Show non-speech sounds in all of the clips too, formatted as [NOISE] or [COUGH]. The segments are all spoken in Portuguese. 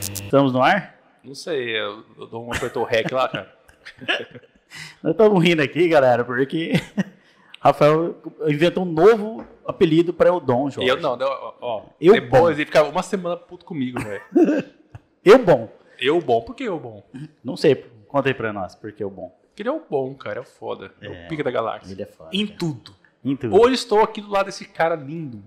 Estamos no ar? Não sei, eu, eu dou um apertou [LAUGHS] rec lá, cara. Nós estamos rindo aqui, galera, porque [LAUGHS] Rafael inventou um novo apelido para Eudon, E Jorge. eu não, deu- ó, ó, Eu bom. depois ele ficava uma semana [LAUGHS] puto comigo, velho. Eu bom. Eu bom, por que eu bom? Não sei, conta aí pra nós, porque eu bom. Porque ele é o bom, cara, é o foda. É, É. o pica da galáxia. Ele é foda. Em tudo. Em tudo. Hoje estou aqui do lado desse cara lindo.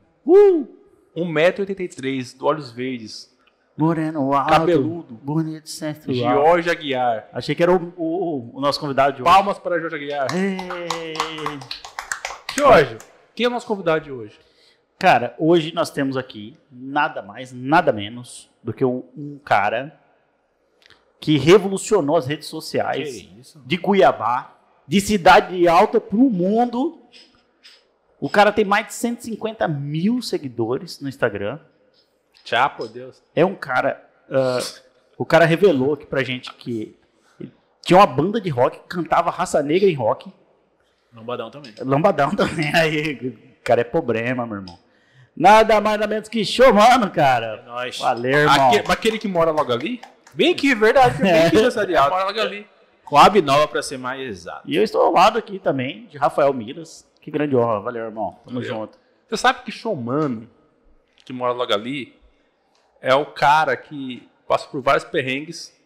Uh! 1,83m, olhos verdes, Moreno, alto, Cabeludo. bonito, sensual. Jorge Aguiar. Achei que era o, o- o nosso convidado de hoje. Palmas para Jorge Aguiar. Ê! Jorge, quem é o nosso convidado de hoje? Cara, hoje nós temos aqui nada mais, nada menos do que um, um cara que revolucionou as redes sociais isso? de Cuiabá, de cidade alta pro mundo. O cara tem mais de 150 mil seguidores no Instagram. Chapo, Deus. É um cara. ah, o cara revelou aqui pra gente que ele tinha uma banda de rock, cantava raça negra em rock. Lombadão também. Lambadão também, [LAUGHS] aí, o cara é problema, meu irmão. Nada mais nada menos que show, mano, cara. Nós. Valeu, irmão. Aquele, aquele que mora logo ali? Bem que, verdade, bem É. que já sabe, mora logo ali. Coab Nova, pra ser mais exato. E eu estou ao lado aqui também de Rafael Miras. Que grande honra. Valeu, irmão. Tamo Valeu. junto. Você sabe que showmano, que mora logo ali, é o cara que passa por vários perrengues.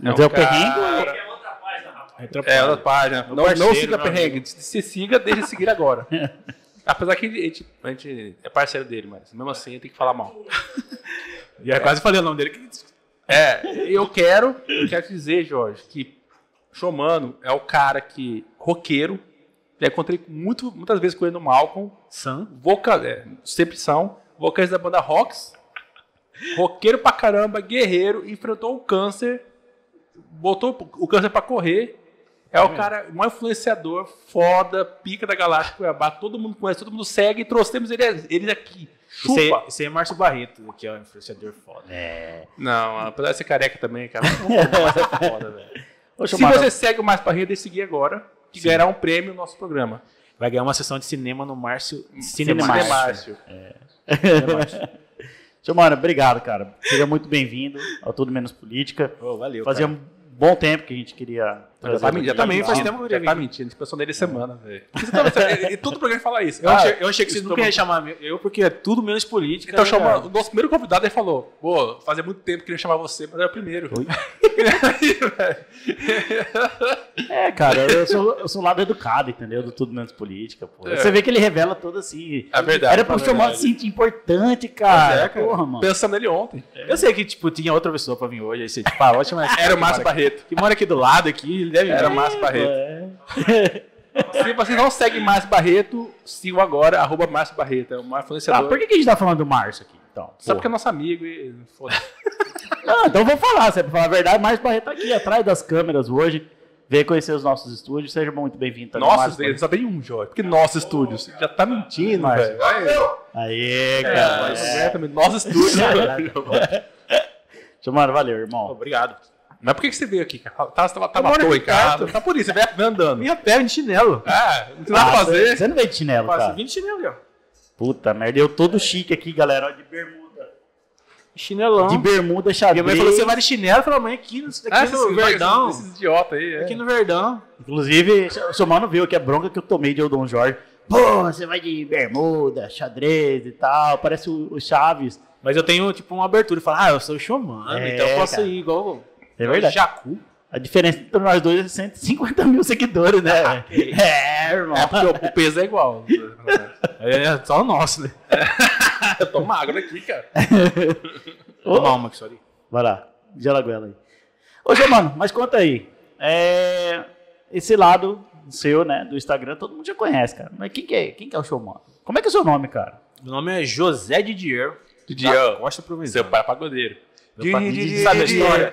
Mas um é o perrengue? É, outra página. Não, parceiro, não siga meu perrengue. Se, se siga, deixa de seguir [LAUGHS] agora. Apesar que a gente, a gente é parceiro dele, mas mesmo assim tem que falar mal. E aí quase falei o nome dele. que- É, eu quero, eu quero te dizer, Jorge, que Showmano é o cara que, roqueiro, já encontrei muito, muitas vezes com ele no Malcolm, Sam. vocal, é, sempre são, vocalista da banda Rocks, roqueiro pra caramba, guerreiro, enfrentou o câncer, botou o câncer pra correr, é o cara, um influenciador, foda, pica da galáxia Cuiabá, todo mundo conhece, todo mundo segue, e trouxemos ele, ele aqui. Esse aí, Chupa. esse aí é Márcio Barreto, que é o influenciador foda. É. Não, apesar de ser careca também, [LAUGHS] cara, não vou mais essa foda, velho. Ô, Se Chumara, você segue o Mais Parreira, deixe seguir agora, que ganhará um prêmio no nosso programa. Vai ganhar uma sessão de cinema no Márcio Cinema. Cinemácio. Cinemárcio. Chumara, obrigado, cara. Seja muito bem-vindo ao Tudo Menos Política. Ô, valeu, Fazia um bom tempo que a gente queria Já trazer. tá ele mentindo, aqui. também faz Não. tempo que eu já já tá vi. mentindo. Expressão dele é semana, velho. Por que você tá pensando? E- e Todo programa fala isso. Eu, Ah, achei, eu achei que isso vocês nunca toma- iam chamar eu, porque é tudo menos política. Então né, chama, cara? o nosso primeiro convidado ele falou: Pô, fazia muito tempo que queria chamar você, mas era o primeiro. [LAUGHS] É, cara, eu sou, eu sou um lado educado, entendeu? Do Tudo Menos Política, pô. É. Você vê que ele revela tudo assim. É verdade, Era pro é Chumara verdade. se sentir importante, cara. É, cara. Porra, mano. Pensando nele ontem. Eu sei que, tipo, tinha outra pessoa pra vir hoje, aí você, tipo, ah, ótimo. Era o Márcio Barreto. Barreto. Que mora aqui do lado, aqui, ele É. deve Era vir. Márcio Barreto. É. Se você não segue Márcio Barreto, sigam agora, arroba Márcio Barreto. É o maior Tá, Ah, influenciador. por que, que a gente tá falando do Márcio aqui, então? Sabe Porra. porque é nosso amigo e Tá foda-se. Ah, então vou falar, se é pra falar a verdade, mas Barreto tá aqui atrás das câmeras hoje. Veio conhecer os nossos estúdios, seja muito bem-vindo também. Nossos, Márcio. eles só tem um, Jorge. Porque nossos estúdios. Já tá mentindo, Márcio. velho. Vai. Aê, É, cara. mas É. é também Nós [LAUGHS] estúdios. Chamara, valeu, irmão. Obrigado. Mas por que que você veio aqui, cara? Tava, tava, tava Eu à moro toa aqui em casa. perto. Ah, Tá por isso, você veio vem andando. Minha perna de chinelo. Ah, não tem nada pra tá Ah, você- fazer. Você não veio de chinelo, Passa cara. 20 chinelo, ó. Puta merda, eu todo chique aqui, galera. ó, De bermuda. Chinelão. De bermuda, xadrez. Minha mãe falou: você vai de chinelo? Eu falei, mãe, aqui no, aqui Ah, no Verdão. Esses, esses idiota aí. É. Aqui no Verdão. Inclusive, o seu mano viu que a bronca que eu tomei de Eldon Jorge. Pô, você vai de bermuda, xadrez e tal. Parece o, o Chaves. Mas eu tenho, tipo, uma abertura. Falar, ah, eu sou showman, É, então eu posso cara. ir igual. É verdade. Jacu. A diferença entre nós dois é 150 mil seguidores, [LAUGHS] Ah, né? é, irmão. É porque o- o peso é igual. É só o nosso, né? Eu tô magro aqui, cara. Ô, Toma uma que só ali. Vai lá, Jalaguela aí. Ô, Germano, mas conta aí. É, esse lado seu, né, do Instagram, todo mundo já conhece, cara. Mas quem que é? Quem que é o showman? Como é que é o seu nome, cara? Meu nome é José Didier. Didier. Da Costa Provençal. Seu pai é pagodeiro. Meu pai- Didi, Didi, Sabe a Didi. história?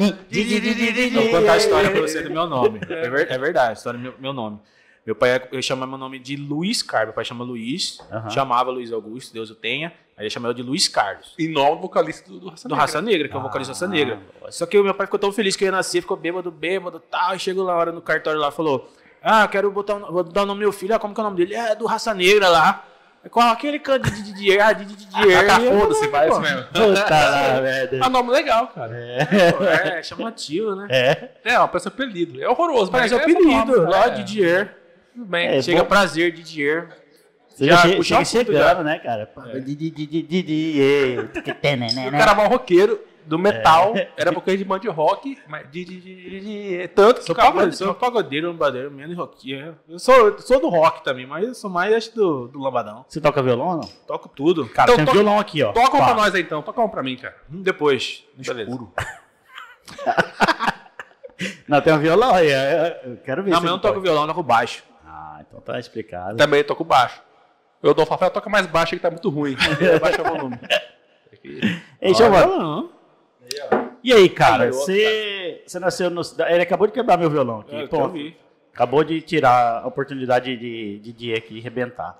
Eu vou contar a Didi, história pra você do meu [LAUGHS] nome. É, ver- é verdade, a história do meu, meu nome. Meu pai, é, eu chamo meu nome de Luiz Carlos. Meu pai chama Luiz. Aham. Chamava Luiz Augusto, Deus o tenha. Aí ele chamava eu de Luiz Carlos. Em nome do vocalista do, do Raça Tá Do Negra. Ah, Raça Negra, que é o vocalista do Raça Negra. Só que o meu pai ficou tão feliz que eu ia nascer, ficou bêbado, bêbado, tal. E chegou lá, hora no cartório lá, falou: Ah, quero botar, um- vou dar o nome do meu filho. Ah, como que é o nome dele? É do Raça Negra lá. Corre aquele canto de Didier, ah, de Didier. Ah, e eu- [LAUGHS] foda-se, vai isso pô. mesmo. Puta [LAUGHS] lá, merda. É um nome legal, cara. Pô, É, chamativo, né? É. É, ó, parece apelido. É horroroso, Parece mas apelido. famoso, Lá, é. Didier. Tudo bem. É, Chega bom. prazer, Didier. Você já, Já che- puxou chega assunto, chegando, né, cara? Pá, di- di- di- di- di- di- ê. O carnaval roqueiro É. do metal era porque de banda de rock, mas de, de, de, de, de- É tanto que Sou acabou pagodeiro, de- sou pagodeiro, lambadeiro, menos roqueiro. Eu sou, sou do rock também, mas eu sou mais acho, do, do lambadão. Você toca violão ou não? Toco tudo. Então, Tem um to- violão aqui, ó. toca um Pá. pra nós aí então, toca um pra mim, cara. Hum, Depois, no Beleza. escuro. Não, tem um violão aí. é, é, Eu quero ver. Não, se mas ele eu não toco então. toca. violão, eu toco baixo. Ah, então tá explicado. Também toco baixo. O Eudolfo Rafael toca mais baixo que tá [LAUGHS] muito ruim. Ele Abaixa o volume. Ei, Giovanni. Não, E aí, cara? Aí, outro, Você você nasceu no. Ele acabou de quebrar meu violão aqui. É, eu Pô, vi. Acabou de tirar a oportunidade de, de dia aqui e rebentar.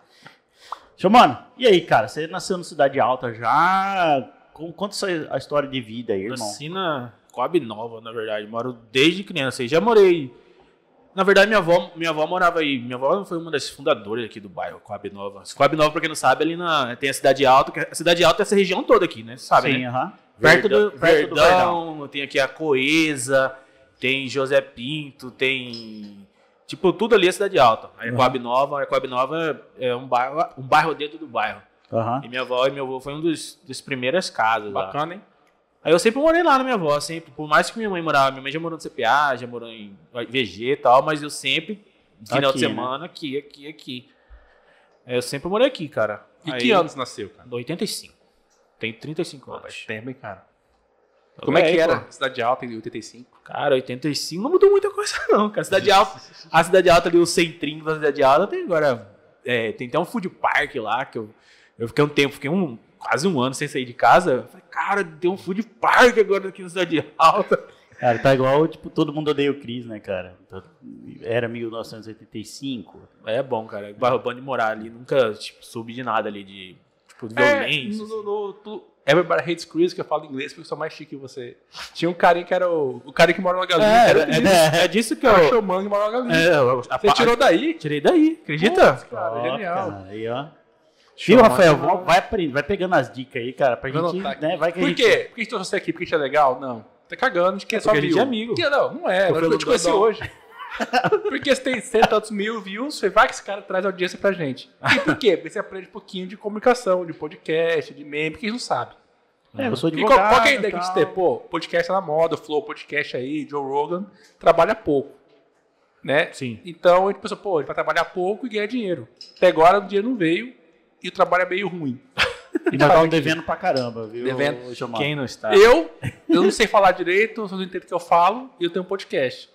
Seu mano, e aí, cara? Você nasceu na Cidade Alta já? Com- Conta sua- a história de vida aí, irmão. Vacina Coab Nova, na verdade. Moro desde criança. E já morei. Na verdade, minha avó, minha avó morava aí. Minha avó foi uma das fundadoras aqui do bairro, Coab Nova. Coab Nova, pra quem não sabe, ali na, tem a Cidade Alta. Que a Cidade Alta é essa região toda aqui, né? Você sabe, Sim, é. né? aham. Perto, Verdão- do, perto do Verdão. Verdão, tem aqui a Coesa, tem José Pinto, tem... Tipo, tudo ali é Cidade Alta. Aí Uhum. Coab Nova, a Coab Nova é um bairro, um bairro dentro do bairro. Aham. E minha avó e meu avô foi um dos, dos primeiras casas lá. Bacana, hein? Aí eu sempre morei lá na minha avó, sempre. Por mais que minha mãe morava, minha mãe já morou no CPA, já morou em VG e tal, mas eu sempre, final Aqui, né? de semana, aqui, aqui, aqui. Aí Eu sempre morei aqui, cara. E Aí, que anos nasceu, cara? Do 85. Tem 35 anos. Tempo, hein, cara? Então, Como é que pô. era? Cidade Alta em 85. Cara, 85 não mudou muita coisa, [LAUGHS] não, cara. Cidade Alta, a Cidade Alta ali, o centrinho da Cidade Alta, tem agora. é, tem até um food park lá, que eu, eu fiquei um tempo, fiquei um, quase um ano sem sair de casa. Eu Falei, cara, tem um food park agora aqui na Cidade Alta. Cara, tá igual, tipo, todo mundo odeia o Cris, né, cara? Então, Era 1985. É bom, cara. Barro bom de morar ali. Nunca tipo, soube de nada ali de tipo, É, violência. no, no, no, tu- Everybody hates Chris, que eu falo inglês porque eu sou mais chique que você. Tinha um carinha que era o, o cara que mora na galinha. que era é, disso. disso- é disso que eu. Achou o manga e mora na galinha. É, eu- a- Você tirou daí? Tirei daí, acredita? Putz, cara, Ó, genial. cara, aí, ó. Viu, Rafael? Vai, vai aprendendo, vai pegando as dicas aí, cara, pra Vou gente, anotar aqui. né, vai que a Por gente- quê? Por que a gente trouxe você aqui? Porque a gente é legal? Não. Tá cagando, a gente quer só porque a view. gente é amigo. Que, não, não é. Porque Eu eu te não conheci dou- hoje. [LAUGHS] Porque você tem cento e tantos mil views, você vai que esse cara traz audiência pra gente. E por quê? Porque você aprende um pouquinho de comunicação, de podcast, de meme, porque a gente não sabe. É, eu sou Porque qual, advogado. qual que é a ideia que a gente tal. tem? Pô, podcast tá na moda, Flow, podcast aí, Joe Rogan, trabalha pouco. Né? Sim. Então a gente pensou, pô, a gente vai trabalhar pouco e ganhar dinheiro. Até agora o dinheiro não veio e o trabalho é meio ruim. E nós estamos devendo pra caramba, viu? Devendo. Chamar. Quem não está? Eu, eu não sei falar direito, eu só não entendo o que eu falo e eu tenho um podcast.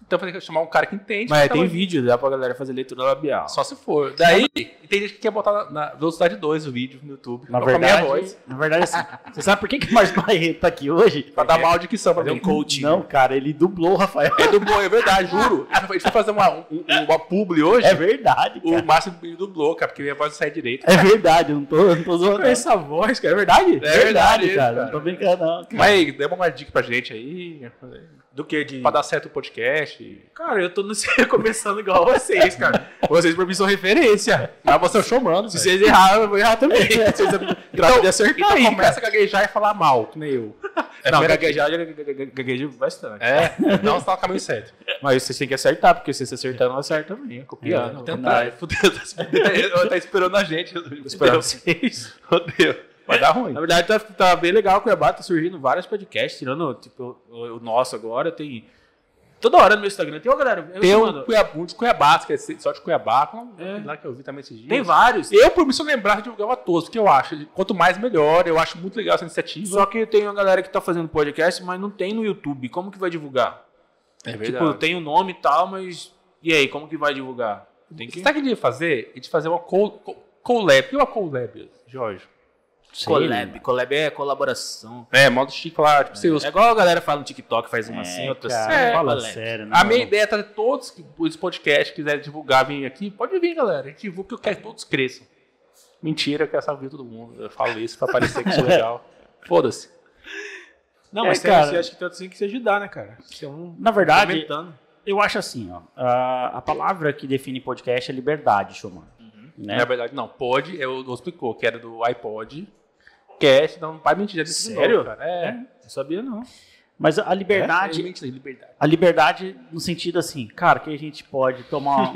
Então eu falei que eu ia chamar um cara que entende. Mas que tem tava- vídeo, dá pra galera fazer leitura labial. Só se for. Daí, tem gente que quer botar na, na velocidade 2 é o vídeo no YouTube. Na só com a verdade, minha voz. na verdade, assim, [LAUGHS] você sabe por que que o Márcio Barreto tá aqui hoje? Pra dar uma audição, pra Fazer mim. um coaching. [LAUGHS] Não, cara, ele dublou o Rafael. É dublou, é verdade, juro. A gente foi fazer uma, um- uma publi hoje. É verdade, O cara. Márcio me dublou, cara, porque minha voz não sai direito. É verdade, eu não tô, eu não tô zoando. não. essa voz, cara, é verdade? É verdade, cara. cara. Não tô brincando, não. cara. Mas aí, dê uma dica pra gente aí, Do que? De... pra dar certo o podcast. Cara, eu tô no... [LAUGHS] começando igual a vocês, cara. vocês pra mim são referência. Mas você é showmano, Se se você vocês erraram, eu vou errar [LAUGHS] também. Se vocês então, de acertar então aí, cara. começa a gaguejar e falar mal, que nem eu. É, Não, primeira- gaguejar, eu gague- gague- gaguejo bastante. é [LAUGHS] não, você tá no caminho certo. Mas vocês têm que acertar, porque se você acertar, não acerta também. É copiar, não Tentar, Não. é, fudeu, tá, tá esperando a gente. Esperar Esperando. vocês. [LAUGHS] Vai dar ruim. Na verdade, tá, tá bem legal. Cuiabá tá surgindo vários podcasts, tirando tipo, o, o nosso agora. Tem. Toda hora no meu Instagram tem uma galera. eu Tem te um, mando. Cuiabá, um dos Cuiabá, que é só de Cuiabá, como- É. lá que eu vi também esses dias. Tem vários. Eu, por mim, se eu lembrar, eu divulgava todos, porque eu acho. Quanto mais, melhor. Eu acho muito legal essa iniciativa. Só que tem uma galera que tá fazendo podcast, mas não tem no YouTube. Como que vai divulgar? É Tipo, tem o nome e tal, mas. E aí, como que vai divulgar? Tem que. Sabe o que a gente ia tá fazer? A gente fazer uma col- col- collab. O que é uma collab, Jorge? Sei, Collab. Collab é colaboração. É, modo chique lá. Tipo, você usa- É igual a galera fala no TikTok, faz uma É, assim, outra cara, assim. é, fala collab. sério, né? A minha mano? ideia é trazer todos que os podcasts quiserem divulgar, virem aqui. Pode vir, galera. A gente divulga que eu quero que todos cresçam. Mentira, eu quero saber todo mundo. Eu falo isso pra parecer que isso é legal. Foda-se. Não, É, mas tem- cara. você acha que tanto assim que se ajudar, né, cara? Você é um. Na verdade, comentando. eu acho assim, ó. A, a palavra que define podcast é liberdade, Schumann. Né? Na verdade, não, pode, eu eu explicou, que era do iPod, Cash, não, não vai mentir, já disse de novo, Sério? cara. É, Não sabia, não. Mas a verdade. liberdade, liberdade. a liberdade no sentido assim, cara, que a gente pode tomar,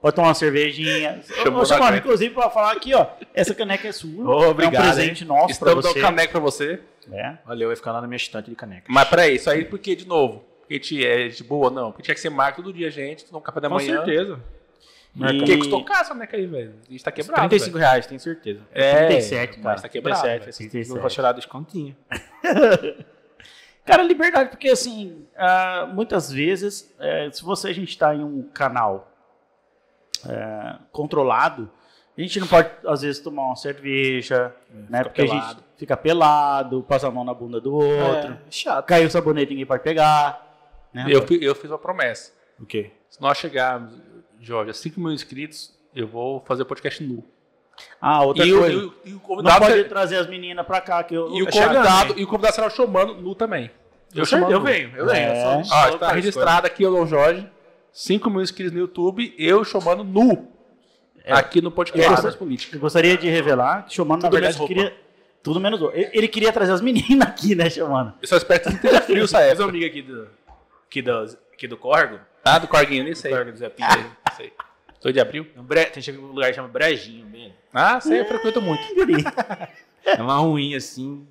pode tomar uma cervejinha. Chamou Ô, ô, na Chicó, caneca. inclusive, pra falar aqui, ó, essa caneca é sua. Ô, obrigado, é um presente nosso pra Estamos dando você. caneco pra você. É. Valeu, vai ficar lá na minha estante de caneca. Mas peraí, isso aí porque, de novo, porque te é de boa, não. Porque tinha que ser marca todo dia, gente, tomar um café da Com manhã. certeza. E- Porque custou caro essa neca aí, velho. A gente tá é quebrado. 35 reais, tenho certeza. É, 37, mas cara. tá quebrado. 37, velho. assim, 37. não vou tirar descontinho. Cara, liberdade, porque assim, ah, muitas vezes, eh, se você a gente está em um canal eh, controlado, a gente não pode, às vezes, tomar uma cerveja, né? Porque a gente É, pelado. fica pelado, passa a mão na bunda do outro, É, chato. caiu o sabonete, ninguém pode pegar. Né? Eu, fi- eu fiz uma promessa. O quê? Se nós chegarmos, Jorge, a 5 mil inscritos, eu vou fazer o podcast nu. Ah, outra E o, coisa. e o- e o não convidado, pode será- trazer as meninas pra cá, que eu. é e o eu- convidado, e o convidado será o showmano nu também. Eu, chamando nu. venho, eu um venho. venho, eu só- Ah, está registrado aqui, eu, Jorge. 5 mil inscritos no YouTube, eu chamando nu. Aqui no podcast. É. Eu- Palavras Políticas. Eu gostaria de revelar que Xomano, na Tudo verdade, menos roupa. queria. Tudo menos. o- Ele ele queria trazer as meninas aqui, né, Xomano? Eu só espero que não esteja frio [LAUGHS] essa Essa época. amiga um aqui do, aqui do, aqui do Corgo, Ah, do Corguinho, nem sei. [LAUGHS] Corgo do Zé Pinto, sei. 2 de abril? um bre- tem um lugar que chama Brejinho, mesmo. Ah, sei, eu frequento muito. É uma ruim assim.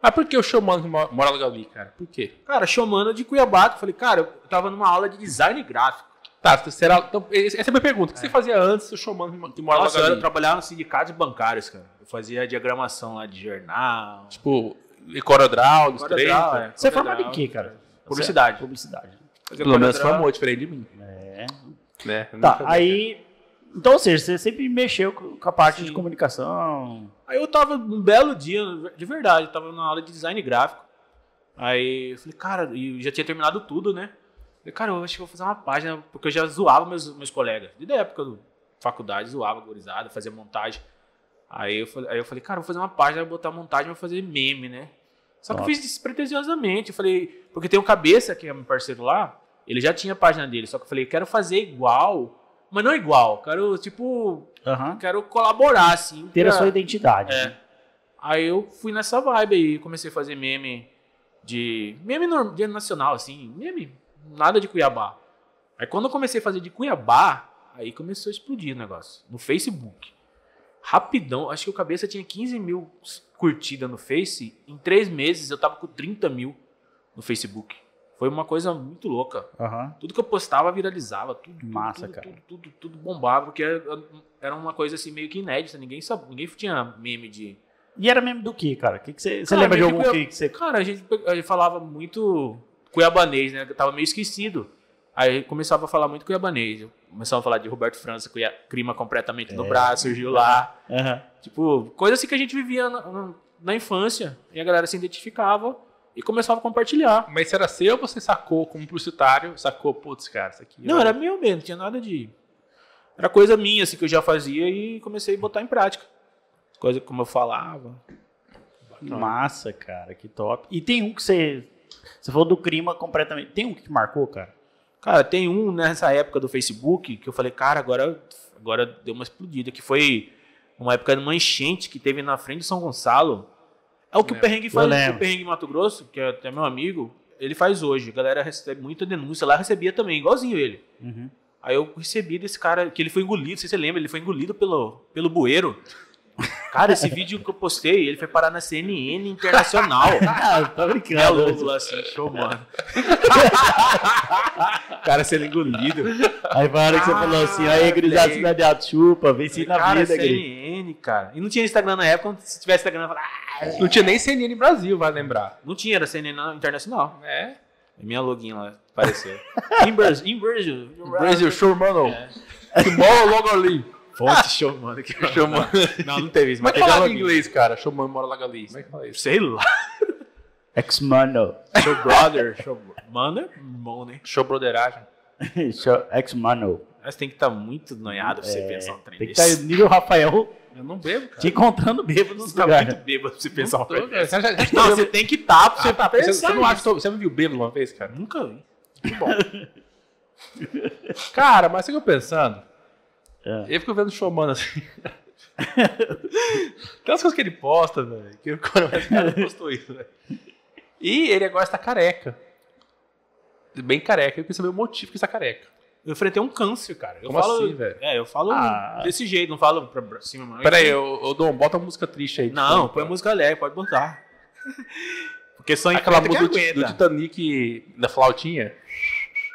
Mas por que o showmano que mo- mora no Gabi, cara? Por quê? Cara, chamando de Cuiabá, que eu falei, cara, eu tava numa aula de design gráfico. Tá, será. Então, essa é a minha pergunta. O que você fazia antes do showmano que mora no Nossa, eu Gabi? trabalhava no sindicato de bancários, cara. Eu fazia diagramação lá de jornal. Tipo, Corodral, dos três. quadradral, né? é, Você é quadradral. formado em quê, cara? Publicidade. Publicidade. Fazia Pelo menos foi quadradral. amor, diferente de mim. É. Né? Tá, aí. Então, ou seja, você sempre mexeu com com a parte Sim. de comunicação. Aí eu tava um belo dia, de verdade, eu tava na aula de design gráfico. Aí eu falei, cara, e eu já tinha terminado tudo, né? Eu falei, cara, eu acho que eu vou fazer uma página, porque eu já zoava meus, meus colegas. E da época da faculdade, zoava gurizada, fazia montagem. Aí eu, falei- aí eu falei, cara, eu vou fazer uma página, vou botar montagem, vou fazer meme, né? Só que eu Top. fiz despretensiosamente. Eu falei, porque tem o Cabeça, que é meu parceiro lá, ele já tinha a página dele. Só que eu falei, quero fazer igual, mas não igual. Quero, tipo, Aham. quero colaborar, assim. Ter a pra- sua identidade. é. né? Aí eu fui nessa vibe aí, comecei a fazer meme de. Meme norm- de nacional, assim, meme, nada de Cuiabá. Aí quando eu comecei a fazer de Cuiabá, aí começou a explodir o negócio. No Facebook. Rapidão, acho que o cabeça tinha 15 mil curtidas no Face. Em três meses eu tava com 30 mil no Facebook. Foi uma coisa muito louca. Aham. Tudo que eu postava viralizava, tudo, tudo, Massa, tudo, cara. tudo, tudo, tudo bombava, porque era, era uma coisa assim meio que inédita, ninguém sabia, ninguém tinha meme de. E era mesmo do que, cara? O que que você você Cara, lembra de meio que algum eu- que que você. Cara, a gente, a gente falava muito cuiabanês, né? Eu tava meio esquecido. Aí eu começava a falar muito cuiabanês. Eu Começava a falar de Roberto França, cuia, crima completamente no É. braço, surgiu lá. Aham. Tipo, coisa assim que a gente vivia na, na- na infância. E a galera se identificava e começava a compartilhar. Mas será seu ou você sacou como publicitário? Sacou, putz, cara, isso aqui. Não, era meu mesmo, não tinha nada de. Era coisa minha, assim, que eu já fazia e comecei a botar em prática. Coisa como eu falava. Massa, cara, que top. E tem um que você. Você falou do crima completamente. Tem um que te marcou, cara? Cara, tem um nessa época do Facebook que eu falei, cara, agora, agora deu uma explodida, que foi uma época de uma enchente que teve na frente de São Gonçalo. É o que o Lembro. Perrengue Eu faz, lembro. o Perrengue Mato Grosso, que é até meu amigo, ele faz hoje. A galera recebe muita denúncia lá, recebia também, igualzinho ele. Uhum. Aí eu recebi desse cara, que ele foi engolido, não sei se você lembra, ele foi engolido pelo, pelo bueiro. Cara, esse vídeo que eu postei, ele foi parar na [LAUGHS] CNN Internacional. Ah, tá É brincando. louco lá assim, show, mano. [LAUGHS] cara sendo engolido. Aí foi a hora que você falou assim, aí, Ah, grisado, moleque. cidade de alto, chupa, venci na cara, é vida, gris. CNN, cara. E não tinha Instagram na época, se tivesse Instagram, eu falava, Não tinha nem CNN Brasil, vai lembrar. ah, não tinha, era CNN na- internacional. É. É minha login lá, [LAUGHS] apareceu. In Brasil, in Brasil. é. Brasil Show, mano. Que mora logo [LAUGHS] ali. Fonte show, mano. [LAUGHS] que- Show, mano. Não, não teve isso, Como é mas que teve a fala em login. inglês, cara? Show, mano, mora logo ali. Como é que fala isso? Sei lá. Ex-Mano. [LAUGHS] Show brother, [LAUGHS] show mano, é bom, né? Show, broderagem. Ex-Mano. Mas tem que estar muito noiado pra você pensar um trem Tem que desse. estar nível Rafael Eu não bebo, cara. te encontrando bêbado nos Você tá lugares. muito bêbado pra você pensar um Não tô, trem cara. desse. Você já- já- Não, você tem que estar pra você Você, tá você, pensando. você não acha que eu- você me viu bêbado uma vez, cara? Nunca vi. Cara, mas fica pensando. É. Ele fica vendo o showman [LAUGHS] assim. Tem umas coisas que ele posta, velho. Que o cara mas o cara postou isso, velho. E ele agora está careca. Bem careca. Eu quis saber o motivo que está careca. Eu enfrentei um câncer, cara. Eu Como falo, assim, velho? É, eu falo Ah. desse jeito, não falo pra, pra cima, mas. Pera aí, ô, ô Dom, um, bota uma música triste aí. tipo, Não, põe a música alegre, pode botar. [LAUGHS] Porque só Aquela enfrenta música do, quem do aguenta. Titanic da flautinha.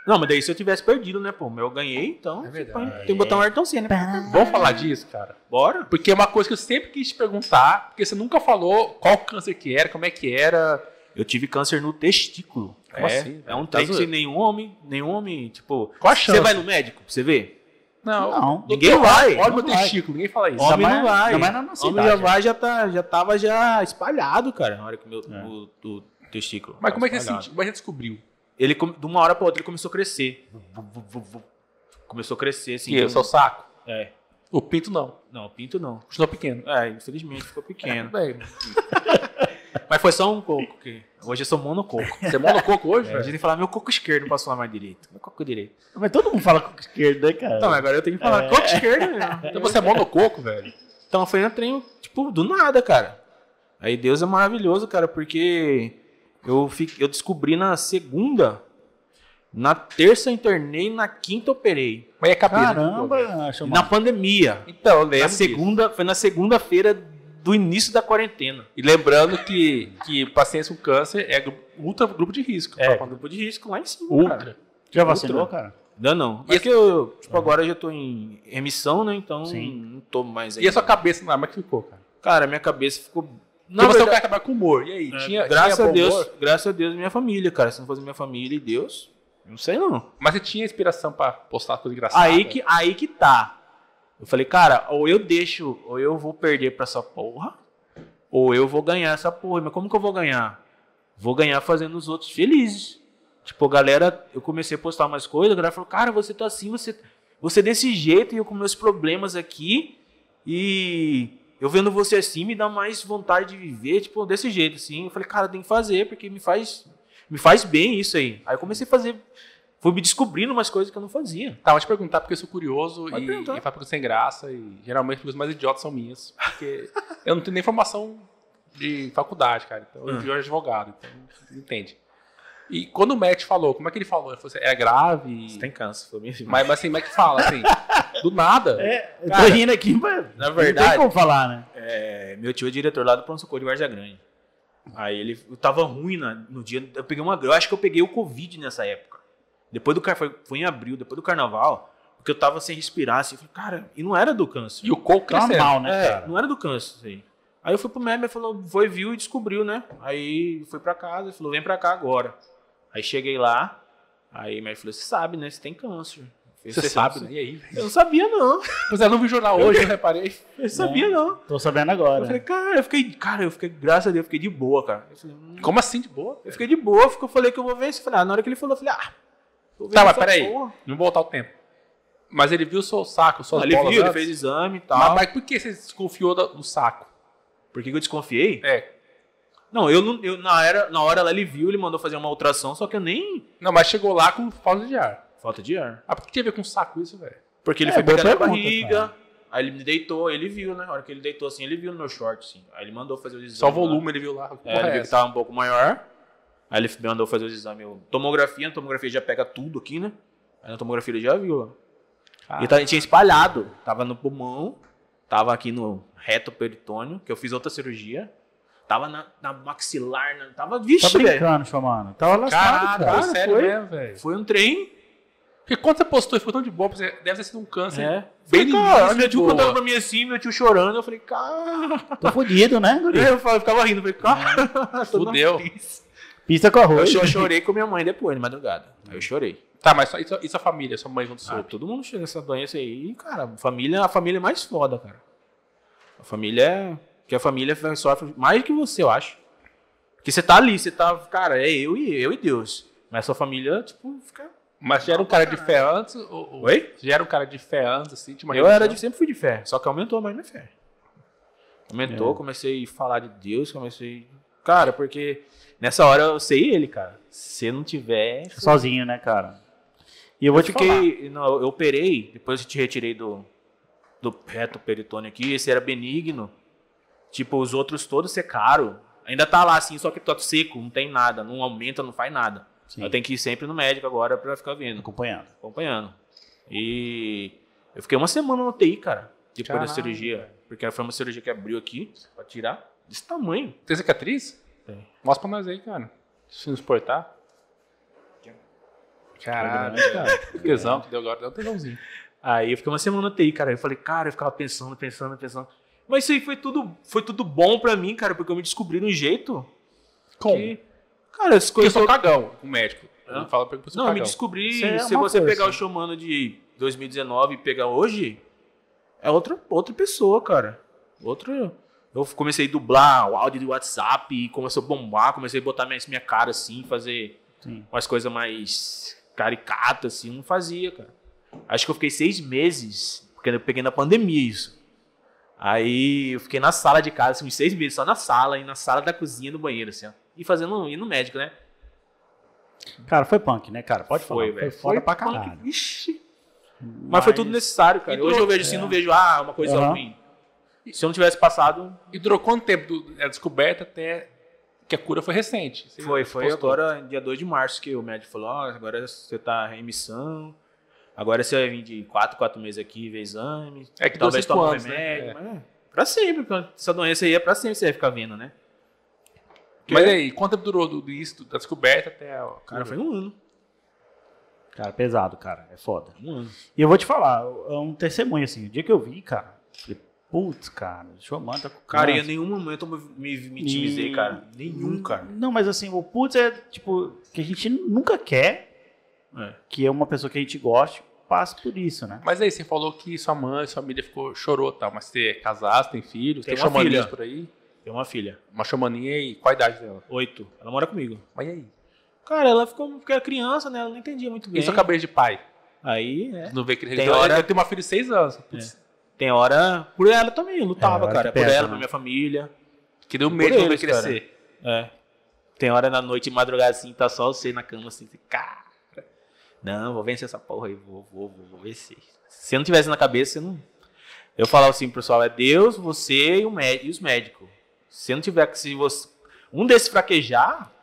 Não, mas daí se eu tivesse perdido, né, pô? Mas eu ganhei, então. É você verdade. põe- Tem que botar um Ayrton Senna. Vamos falar disso, cara? Bora. Porque é uma coisa que eu sempre quis te perguntar, porque você nunca falou qual câncer que era, como é que era. Eu tive câncer no testículo. Como é, assim, é velho? um Tá trem que zoando. nenhum homem, nenhum homem, tipo... Qual a chance? Você vai no médico pra você ver? Não. Ninguém doutor, Olha vai, o meu não vai. testículo, ninguém fala isso. Homem Ainda não mais- vai. ainda mais na nossa assim, homem já idade, né? vai, já, tá, já tava já espalhado, cara, na hora que o meu É. o, o testículo. Mas tava como é que você espalhado. sentiu? Como é que você descobriu? Ele, come- de uma hora pra outra, ele começou a crescer. Vu, vu, vu, vu. Começou a crescer, assim. Que de o um- seu saco? É. O pinto não. Não, pinto não. Continua pequeno. É, infelizmente ficou pequeno. Bem, Mas foi só um coco. Que... Hoje eu sou monococo. você mora no coco hoje, É. A gente tem que falar meu coco esquerdo, não posso falar mais direito. Meu coco direito. Mas todo mundo fala com esquerda, né, cara? Então, agora eu tenho que falar coco esquerdo mesmo. Então você é monococo, velho. Então foi um trem, tipo, do nada, cara. Aí Deus é maravilhoso, cara, porque eu, fi- eu descobri na segunda, na terça eu internei, na quinta eu operei. Mas é cabelo. Caramba, chamou. Na pandemia. Então, eu lembro. Na disso. segunda, foi na segunda-feira do início da quarentena. E lembrando que, que pacientes com câncer é gru- ultra grupo de risco. É, Pra- com grupo de risco lá em cima, Ultra. cara. Já vacinou, cara? Não, não. E É que eu, tipo, agora eu já tô em emissão, né? Então Sim. não tô mais aí. E a sua cabeça não mas que ficou, cara? Cara, minha cabeça ficou... Não, você é um cara que trabalha com humor. E aí? É, tinha, graças tinha a bom Deus, humor? graças a Deus, minha família, cara. Se não fosse minha família e Deus, eu não sei não. Mas você tinha inspiração pra postar as coisas engraçadas? Aí que, aí que tá. Eu falei, cara, ou eu deixo, ou eu vou perder pra essa porra, ou eu vou ganhar essa porra. Mas como que eu vou ganhar? Vou ganhar fazendo os outros felizes. Tipo, a galera, eu comecei a postar umas coisas, a galera falou, cara, você tá assim, você, você desse jeito, e eu com meus problemas aqui, e eu vendo você assim, me dá mais vontade de viver, tipo, desse jeito, assim. Eu falei, cara, tem que fazer, porque me faz, me faz bem isso aí. Aí eu comecei a fazer, fui me descobrindo umas coisas que eu não fazia. Tá, vou te perguntar porque eu sou curioso Pode e, e perguntar. faço perguntas sem graça e geralmente as coisas mais idiotas são minhas. Porque [LAUGHS] eu não tenho nem formação de faculdade, cara. Então eu Hum. fui advogado, então entende. E quando o Matt falou, como é que ele falou? Ele falou assim, é grave? Você tem câncer, foi mesmo. Mas, mas assim, como é que fala, assim? Do nada. É, eu tô Cara, rindo aqui, mas na não verdade- tem como falar, né? É, meu tio é diretor lá do pronto-socorro de Várzea Grande. Aí ele eu tava ruim na- no dia. Eu peguei uma. Eu acho que eu peguei o Covid nessa época. Depois do car- foi, foi em abril, depois do carnaval, porque eu tava sem respirar, assim, eu falei, cara, e não era do câncer. E o coco crescendo. Normal, né, É, cara? não era do câncer, assim. Aí eu fui pro médico, ele falou, foi, viu e descobriu, né? Aí foi pra casa, ele falou, vem pra cá agora. Aí cheguei lá, aí o médico falou, você sabe, né? Você tem câncer. Eu falei, Você "Cê sabe, né? E aí? Eu não sabia, não. Pois é, não vi jornal hoje, eu reparei. Eu não sabia, não. Tô sabendo Eu falei, agora. cara, eu fiquei, cara, eu fiquei, graças a Deus, eu fiquei de boa, cara. Eu, falei, hum. Como assim, de boa? Eu fiquei de boa, eu fico- eu falei que eu vou vencer. Eu Falei, ah, na hora que ele falou, eu falei, ah, vou Tá, vencer mas essa peraí. porra. Não vou voltar o tempo. Mas ele viu o seu saco, suas Ele bolas viu, ele antes? fez exame e tal. Mas, mas por que você desconfiou do, do saco? Por que que eu desconfiei? É. Não, eu não. Eu, na, era, na hora lá ele viu, ele mandou fazer uma ultrassom, só que eu nem. Não, mas chegou lá com falta de ar. Falta de ar. Ah, por que tinha a ver com saco isso, velho? Porque ele É, foi boa pegar na pergunta, barriga. Aí ele me deitou, ele viu, né? Na hora que ele deitou assim, ele viu no meu short, assim. Aí ele mandou fazer o exame. Só o lá. volume ele viu lá. Que É, porra ele é viu que essa? tava um pouco maior. Aí ele mandou fazer os exames. eu- Tomografia, na tomografia já pega tudo aqui, né? Aí na tomografia ele já viu lá. Ah. E tá- tinha espalhado. Tava no pulmão, tava aqui no reto peritônio, que eu fiz outra cirurgia. Tava na, na maxilar, na- tava. Tá Vixe, velho. brincando, chamando. Tava lastrado, Caralho, cara. foi sério foi? mesmo, velho. Foi um trem. Porque quando você postou e ficou tão de boa, você deve ter sido um câncer. É. Bem Falei, cara, lindo, meu tio boa. contando pra mim assim, meu tio chorando. Eu falei, cara. Tô fudido, né, guri? Eu falava- eu ficava rindo, eu falei, cara. tô na Fudeu. crise. Pista com Eu arroz. cho- chorei com minha mãe depois, de madrugada. Aí eu chorei. Tá, mas só, e, sua, e sua família, sua mãe junto Ah, solto? todo mundo chega nessa doença aí, e, cara, família, a família é mais foda, cara. A família é. Que a família sofre mais que você, eu acho. Porque você tá ali, você tá. Cara, é eu e eu e Deus. Mas sua família, tipo, fica. Mas já era um cara de fé antes? Ou, ou- Oi? Já era um cara de fé antes, assim? Tinha uma eu era religião? de, sempre fui de fé, só que aumentou mais minha fé. Aumentou, comecei a falar de Deus, comecei. Cara, porque nessa hora eu sei ele, cara. Se não tiver, Sozinho, né, cara? E eu vou te falar. fiquei. Não, eu operei, depois eu te retirei do, do reto peritônio aqui, esse era benigno. Tipo, os outros todos secaram. Ainda tá lá assim, só que tá seco, não tem nada, não aumenta, não faz nada. Sim. Eu tenho que ir sempre no médico agora pra ficar vendo, Acompanhando. acompanhando. E eu fiquei uma semana no UTI, cara, depois Caralho, da cirurgia. Porque foi uma cirurgia que abriu aqui pra tirar desse tamanho. Tem cicatriz? Tem. Mostra pra nós aí, cara. Se nos portar. Caralho, Caralho, cara. Que tesão que deu agora. Deu um tesãozinho. Aí eu fiquei uma semana na TI, cara. Eu falei, cara, eu ficava pensando, pensando, pensando. Mas isso aí foi tudo, foi tudo bom pra mim, cara, porque eu me descobri de um jeito que. Cara, as Porque eu coisas. sou cagão, o médico. Hã? Não fala pra você Não, eu me cagão. descobri. Isso é se uma você coisa. pegar o showmano de 2019 e pegar hoje, é outra, outra pessoa, cara. Outra. Eu comecei a dublar o áudio do WhatsApp e começou a bombar, comecei a botar minha, minha cara assim, fazer Sim. umas coisas mais caricatas, assim, não fazia, cara. Acho que eu fiquei seis meses, porque eu peguei na pandemia isso. Aí eu fiquei na sala de casa, assim, uns seis meses, só na sala, e na sala da cozinha do banheiro, assim, ó. E fazendo, indo no médico, né? Cara, foi punk, né, cara? Pode Foi, falar. Foi velho. foda pra punk. caralho. Ixi. Mas, foi tudo necessário, cara. E Hoje tudo, eu vejo assim, não vejo, ah, uma coisa Aham. ruim. Se eu não tivesse passado, E durou quanto tempo do- a descoberta até que a cura foi recente? Você Foi, foi postou. agora, dia 2 de março, que o médico falou, ó, agora você tá em emissão, agora você vai vir de 4, 4 meses aqui, ver exame, É que talvez deu cinco tome um anos, né? remédio, É. mas é, pra sempre, porque essa doença aí é pra sempre, você vai ficar vendo, né? Mas aí, quanto tempo durou do, do isso, da descoberta até a. Cara, foi um ano, Cara, pesado, cara. É foda. um ano. E eu vou te falar, é um testemunho, assim, o dia que eu vi, cara, falei, putz, cara, o Xamã tá com Cara, e câncer. em nenhum momento eu me, me, me otimizei, cara, nenhum, cara. Não, mas assim, o putz é, tipo, que a gente nunca quer É. que uma pessoa que a gente goste passe por isso, [LAUGHS] né? Mas aí, você falou que sua mãe, sua família ficou, chorou e tal, mas você é casado, tem filhos, Tem tem, uma xamaninhas filha. por aí? Tem uma filha, Uma xamaninha e qual a idade dela? oito ela mora comigo. Mas e aí? Cara, ela ficou, porque era criança, né, ela não entendia muito bem. Isso é cabeça de pai. Aí, é. Não vê que ele Tem tem hora... hora- É. Eu tenho uma filha de 6 anos. Putz, Tem hora, por ela também, eu É, lutava, hora cara, que por pesa, ela, né? por minha família. Que deu Por medo de não ver eles, cara. crescer. É. Tem hora na noite, de madrugada assim, tá só você na cama assim, você, cara. Não, vou vencer essa porra aí, vou, vou, vou, vou vencer. Se eu não tivesse na cabeça, você não. Eu falava assim, pro pessoal, é Deus, você e, o mé- e os médicos. Se não tiver que se você um desses fraquejar,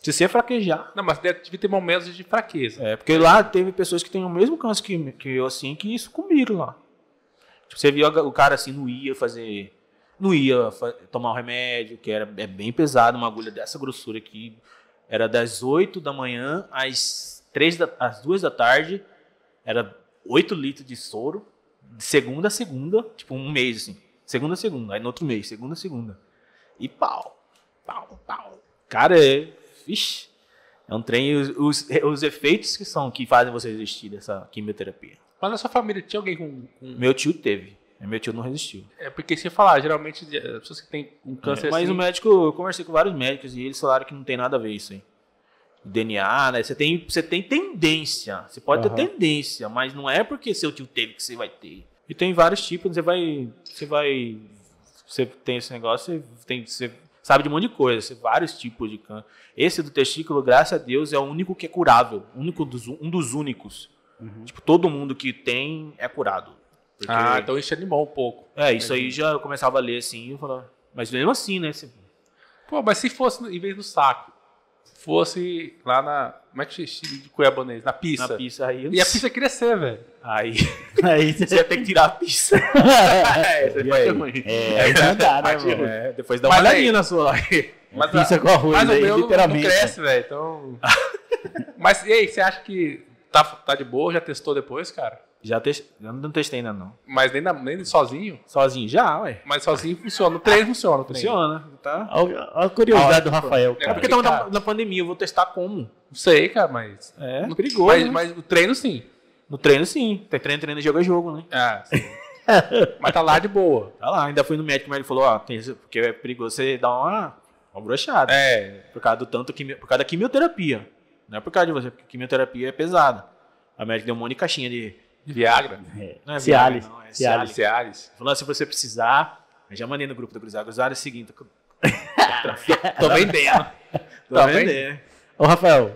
se você fraquejar, Não, mas deve, devia ter momentos de fraqueza. é porque lá teve pessoas que têm o mesmo câncer que, que eu assim que sucumbiram lá. Tipo, você viu o cara assim não ia fazer, não ia fa- tomar o remédio, que era é bem pesado, uma agulha dessa grossura aqui, era das 8 da manhã às 3 da, às 2 da tarde, era 8 litros de soro, de segunda a segunda, tipo um mês assim, segunda a segunda, aí no outro mês, segunda a segunda. E pau, pau, pau. Cara, é, vixi, é um trem, e os, os, os efeitos que são, que fazem você resistir dessa quimioterapia. Mas na sua família tinha alguém com. com- Meu tio teve, mas meu tio não resistiu. É porque se falar, geralmente as pessoas que têm É, um câncer Mas assim. o médico, eu conversei com vários médicos e eles falaram que não tem nada a ver isso aí. DNA, né? Você tem, você tem tendência. Você pode Aham. ter tendência, mas não é porque seu tio teve que você vai ter. E tem vários tipos, você vai. Você vai. Você tem esse negócio, você, tem, você sabe de um monte de coisa, você, vários tipos de câncer. Esse do testículo, graças a Deus, é o único que é curável. Único dos, um dos únicos. Uhum. Tipo, todo mundo que tem é curado. Porque- Ah, então isso animou um pouco. é, isso aí já eu começava a ler assim, eu falava, mas mesmo assim, né? Você, Pô, mas se fosse, no- em vez do saco, fosse lá na. Como é que se de cuiabonês? Na pizza. na pista aí. E a pizza crescer, velho. [LAUGHS] Aí Aí você [LAUGHS] ia ter que tirar a pizza. é, você né? E aí? É, não dá, né, Partido. mano? É, depois dá uma Mas Então, aí- olhadinha na sua lá. [LAUGHS] Mas, a- Pizza com arroz mas o aí, meu não- não literalmente. né? cresce, velho. Então. né? [LAUGHS] mas e aí, você acha que tá, tá de boa? Já testou depois, cara? Já testei, eu não testei ainda não. Mas nem, na- nem sozinho? Sozinho já, ué. Mas sozinho funciona. O trem funciona. o trem. Funciona, tá? Olha a curiosidade do Rafael, É cara. Porque estamos na, na pandemia, eu vou testar como. Não sei, cara, mas. É, Não- perigoso. Mas, né? mas o treino sim. No treino sim, tem treino, treino, jogo é jogo, né? Ah, [LAUGHS] sim. mas tá lá de boa. Tá lá, ainda fui no médico, mas ele falou, ó, tem isso- porque é perigoso você dar uma, uma brochada. É. Por causa do tanto quimio, por causa da quimioterapia. Não é por causa de você, porque quimioterapia é pesada. A médica deu um monte de caixinha de. Viagra. É. Não é Cialis. Viagra, não, é Cialis. Cialis. Falou, "Ah, se você precisar, eu já mandei no grupo da Cruzada. Cruzada é o seguinte. Tô Tô vendendo. tá vendo? vendo? Ô, [LAUGHS] Rafael,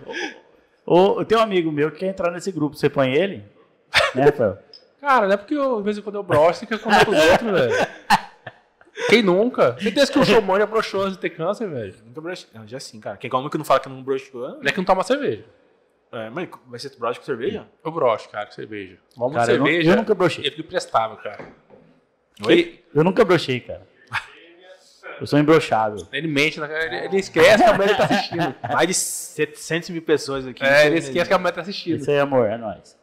o, o, tem um amigo meu que quer entrar nesse grupo. Você põe ele? Né, Rafael? Cara, não é porque eu, de vez em quando eu broxo que eu conto pros outros, velho. Quem nunca? Certeza que o showman já broxou antes de ter câncer, velho. Nunca broxei. Não, já sim, cara. Quem como que não fala que não broxou? Ele é que não toma cerveja. É, mas vai ser broxa com cerveja? Eu broxo, cara, com cerveja. Vamos Cara, eu, nu- cerveja. eu nunca brochei. Eu fico prestável, cara. Oi? Eu nunca brochei, cara. Eu sou imbrochável. Ele mente, na- ele, ele esquece que a mulher tá [LAUGHS] assistindo. Mais de 700 mil pessoas aqui. É, ele esquece que a mulher tá assistindo. Isso aí, amor, é nóis.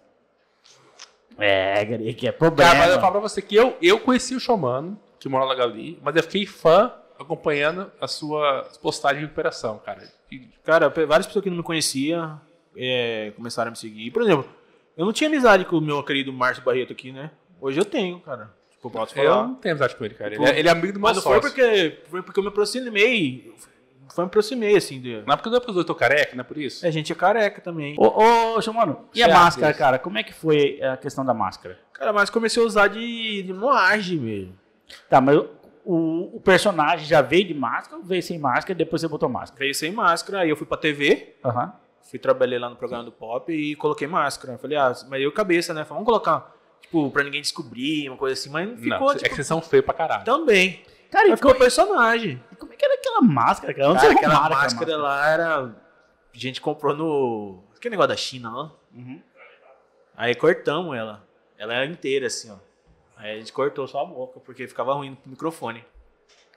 É, gari, que é problema. Cara, mas eu falo pra você que eu, eu conheci o Xomano, que mora na Gali, mas eu fiquei fã acompanhando as suas postagens de recuperação, cara. E, Cara, pe- várias pessoas que não me conheciam é, começaram a me seguir. Por exemplo, eu não tinha amizade com o meu querido Márcio Barreto aqui, né? Hoje eu tenho, cara. Tipo, eu posso eu falar. não tenho amizade com ele, cara. Tipo, ele, é, ele é amigo do meu Mas não foi sócio. porque, foi porque eu me aproximei. Foi me aproximei, assim. De... Não é porque não é porque os dois estão careca, não é por isso? A gente é careca também. Ô, ô, Xamano, e a Chaves. máscara, cara? Como é que foi a questão da máscara? Cara, mas comecei a usar de, de moagem, velho. Tá, mas o, o personagem já veio de máscara ou veio sem máscara e depois você botou máscara? Veio sem máscara, aí eu fui pra TV. Aham. fui trabalhar lá no programa do Pop e coloquei máscara. Falei, ah, mas eu cabeça, né? Falei, vamos colocar, tipo, pra ninguém descobrir, uma coisa assim, mas não ficou, não, é que tipo, vocês são feios pra caralho. também. Cara, Mas e ficou co- o personagem. e como é que era aquela máscara, cara? Onde Cara, Então você aquela arrumaram máscara, lá era. A gente comprou no. Aquele negócio da China lá. Uhum. Aí cortamos ela. Ela era inteira, assim, ó. Aí a gente cortou só a boca, porque ficava ruim no microfone.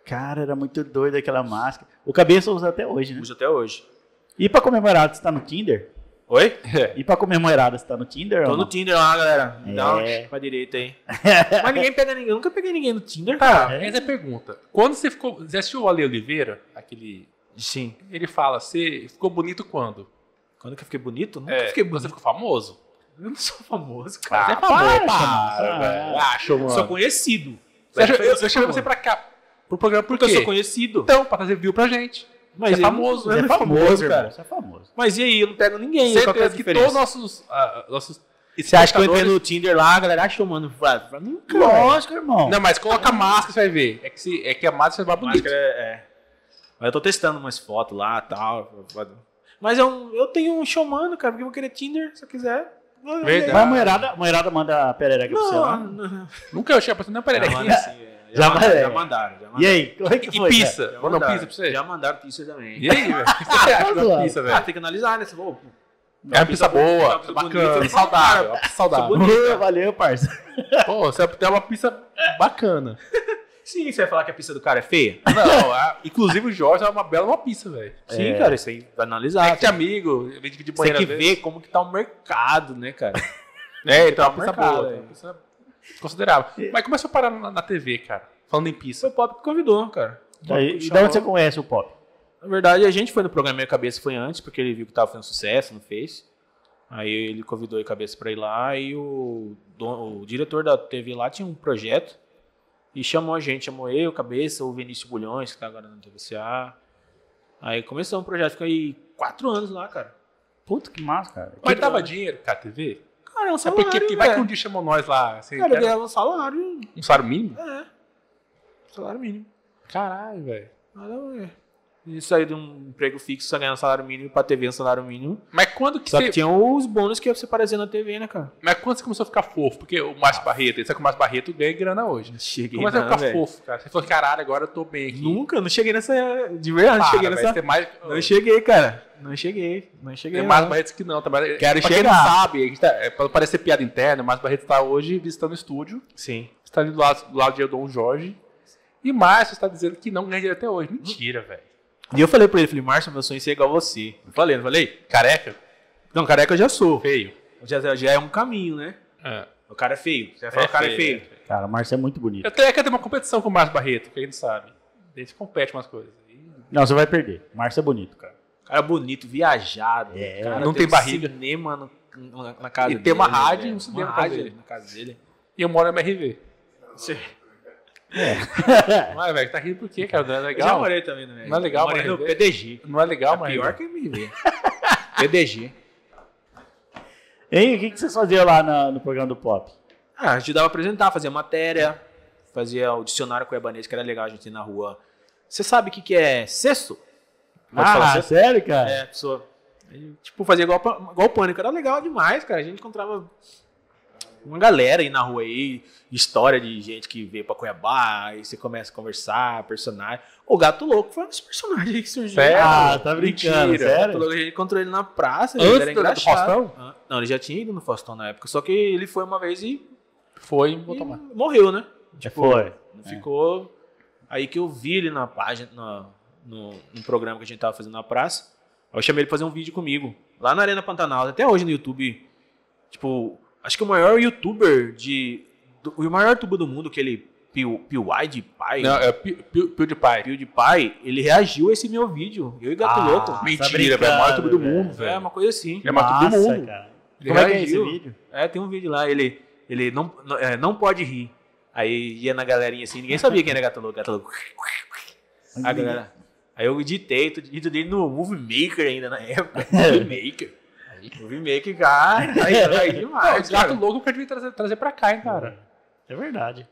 Cara, era muito doido aquela máscara. O cabeça usa até hoje, né? Uso até hoje. E pra comemorar, você tá no Tinder? Oi? E pra comemorar, você tá no Tinder? Tô ou no não? Tinder lá, galera. Me dá É. uma pra direita aí. Mas ninguém pega ninguém. Eu nunca peguei ninguém no Tinder, Tá, cara. essa é a pergunta. Quando você ficou. Você assistiu o Ale Oliveira, aquele. Sim. Ele fala, você ficou bonito quando? Quando que eu fiquei bonito? Nunca É, fiquei bonito. você ficou famoso? [LAUGHS] Eu não sou famoso, Ah, é cara. para, para, velho. velho. Acho, mano. eu sou conhecido. é Você achou- eu, eu chamei você pra cá, pro programa, por Porque eu quê? sou conhecido. Então, pra trazer view pra gente. você Mas é eu- famoso. Você é Não famoso, irmão. cara. Você é famoso. Mas e aí, eu não pego ninguém. qual que é a Certeza que todos diferença? os nossos... ah, nossos Você acha que eu entrei no Tinder lá, a galera achou, mano, pra, pra mim, cara. Lógico, irmão. Não, mas coloca máscara, você vai ver. É que, se, é que a máscara vai bonito. Máscara é, é. Mas eu tô testando umas fotos lá e tal. Mas eu, eu tenho um showmano, cara, porque eu vou querer Tinder, se eu quiser. Eu- eu- Verdade. Mas a mulherada, a mulherada manda a perereca pra você Não, lá. não. Nunca eu achei a pessoa na parede. Já manda assim, é. Já Já mandaram, manda- já mandaram. já E mandaram. aí, como é que E foi? cara? pizza. Já Mandou mandaram. um pizza pra você? né? Já mandaram pizza também. E aí, velho? O que você [LAUGHS] acha da zoando. pizza, Ah, velho? tem que analisar, né? Você, pô, É uma pizza boa, pizza bacana, bonita. saudável. Uma pizza saudável. Ô, Valeu, parça. Pô, você tem uma pizza bacana. sim, você vai falar que a pizza do cara é feia? Não, a- inclusive o Jorge é uma bela uma pizza, velho. Sim, É. cara, isso aí vai analisar. É que tinha amigo, vem dividir Você tem banheiro que às vezes. ver como que tá o mercado, né, cara? [LAUGHS] É, então é uma pizza Mercado, boa. é. é uma pizza considerável. Mas começa a parar na, na TV, cara. Falando em Foi pizza. o Pop que convidou, cara. Tá, E e da onde você conhece o Pop? Na verdade, a gente foi no programa Minha Cabeça foi antes, porque ele viu que tava fazendo sucesso, não fez. Aí ele convidou a cabeça pra ir lá e o, don- o diretor da TV lá tinha um projeto e chamou a gente, chamou eu, cabeça, o Vinícius Bulhões, que tá agora na TVCA. Aí começou um projeto, ficou aí quatro anos lá, cara. Puta que massa, cara. Mas dava dinheiro, cara, TV? Cara, é um É porque, porque vai que um velho. dia chamou nós lá. Assim, Cara, eu quero ganhava um salário, Um salário mínimo? é, salário mínimo. Caralho, velho. Nada a ver. E sair de um emprego fixo, só ganhar um salário mínimo, pra TV um salário mínimo. Mas quando que Só você. que tinha os bônus que você aparecia na TV, né, cara? Mas quando você começou a ficar fofo? Porque o Márcio Barreto, sabe que o Márcio Barreto ganha grana hoje. né? Cheguei Começa a ficar velho. fofo, é um cara. Você falou, caralho, agora eu tô bem aqui. Nunca, não cheguei nessa... De verdade, não Para, cheguei velho, nessa... Tem mais, Não cheguei, cara. Não cheguei, não cheguei. tem não. Márcio Barreto que não. Tá, É mas, Quero pra quem não chegar. sabe, a gente tá, é, pra parecer piada interna, o Márcio Barreto está hoje visitando o estúdio. Sim. Está ali do lado, do lado de Edom Jorge. E Márcio está dizendo que não ganha dinheiro até hoje. Mentira, velho. E eu falei pra ele, falei, Márcio, meu sonho é ser igual a você. Eu falei, não falei? Careca? Não, careca eu já sou. Feio. Já, já é um caminho, né? Ah. O cara é feio. Você vai falar, É o cara feio, é feio. Cara, o Márcio é muito bonito. Eu tenho que ter uma competição com o Márcio Barreto, quem não sabe. A gente compete umas coisas. E- Não, você vai perder. O Márcio é bonito, cara. Cara bonito, viajado. É, cara, não tem um barriga. cinema no- na, na casa E dele. tem uma né, rádio e velho? um cinema Uma pra rádio ele. na casa dele. E eu moro no MRV. Você- [LAUGHS] Ué, velho, tá rindo por quê, cara? Não é Eu já legal? morei também, né? Não é legal, eu morei mas- no PDG. Não é legal, É mas. pior [LAUGHS] que MV. PDG. Hein, o que, que vocês faziam lá na- no programa do Pop? Ah, a gente dava a apresentar, fazia matéria, fazia o dicionário cuiabanês, que era legal a gente ir na rua. Você sabe o que, que é cesto? Ah, Ah, Pode falar cesto? sério, cara? É, pessoa. Aí, Tipo, fazia igual, pa- igual pânico. Era legal demais, cara. A gente encontrava uma galera aí na rua aí, história de gente que veio pra Cuiabá, aí você começa a conversar, personagem. O Gato Louco foi um dos personagens aí que surgiu. Sério? Ah, tá brincando, Mentira, O Gato sério? Louco, a gente encontrou ele na praça, ele era Antes do do engraxado. Faustão? Ah, Não, ele já tinha ido no Faustão na época, só que ele foi uma vez e, Foi, vou e tomar. morreu, né? Foi. Não É. Ficou. Aí que eu vi ele na página, na- no, no programa que a gente tava fazendo na praça. Aí eu chamei ele pra fazer um vídeo comigo. Lá na Arena Pantanal, até hoje no YouTube. Tipo, acho que o maior youtuber de. do- o maior youtuber do mundo, aquele Piu- Piuai de pai. Não, é Pi- Pi- PewDiePie. Pio de pai, ele reagiu a esse meu vídeo. Eu e Gato Ah, Louco. tá Mentira, velho. É o maior brincando, youtuber do mundo, É, velho. uma coisa assim. Ele é mais Massa, todo mundo. cara. Ele Como é que é esse reagiu. vídeo? É, tem um vídeo lá, ele, ele não, não, é, não pode rir. Aí ia na galerinha assim, ninguém sabia quem era Gato Louco. Gato Louco. A galera. Aí eu editei, tu- edito dele no Movie Maker ainda na [LAUGHS] época. Movie Maker. Movie Maker, cara. Aí, aí Não, demais. esse gato Cara. louco pra devia trazer, trazer pra cá, hein, cara. É verdade.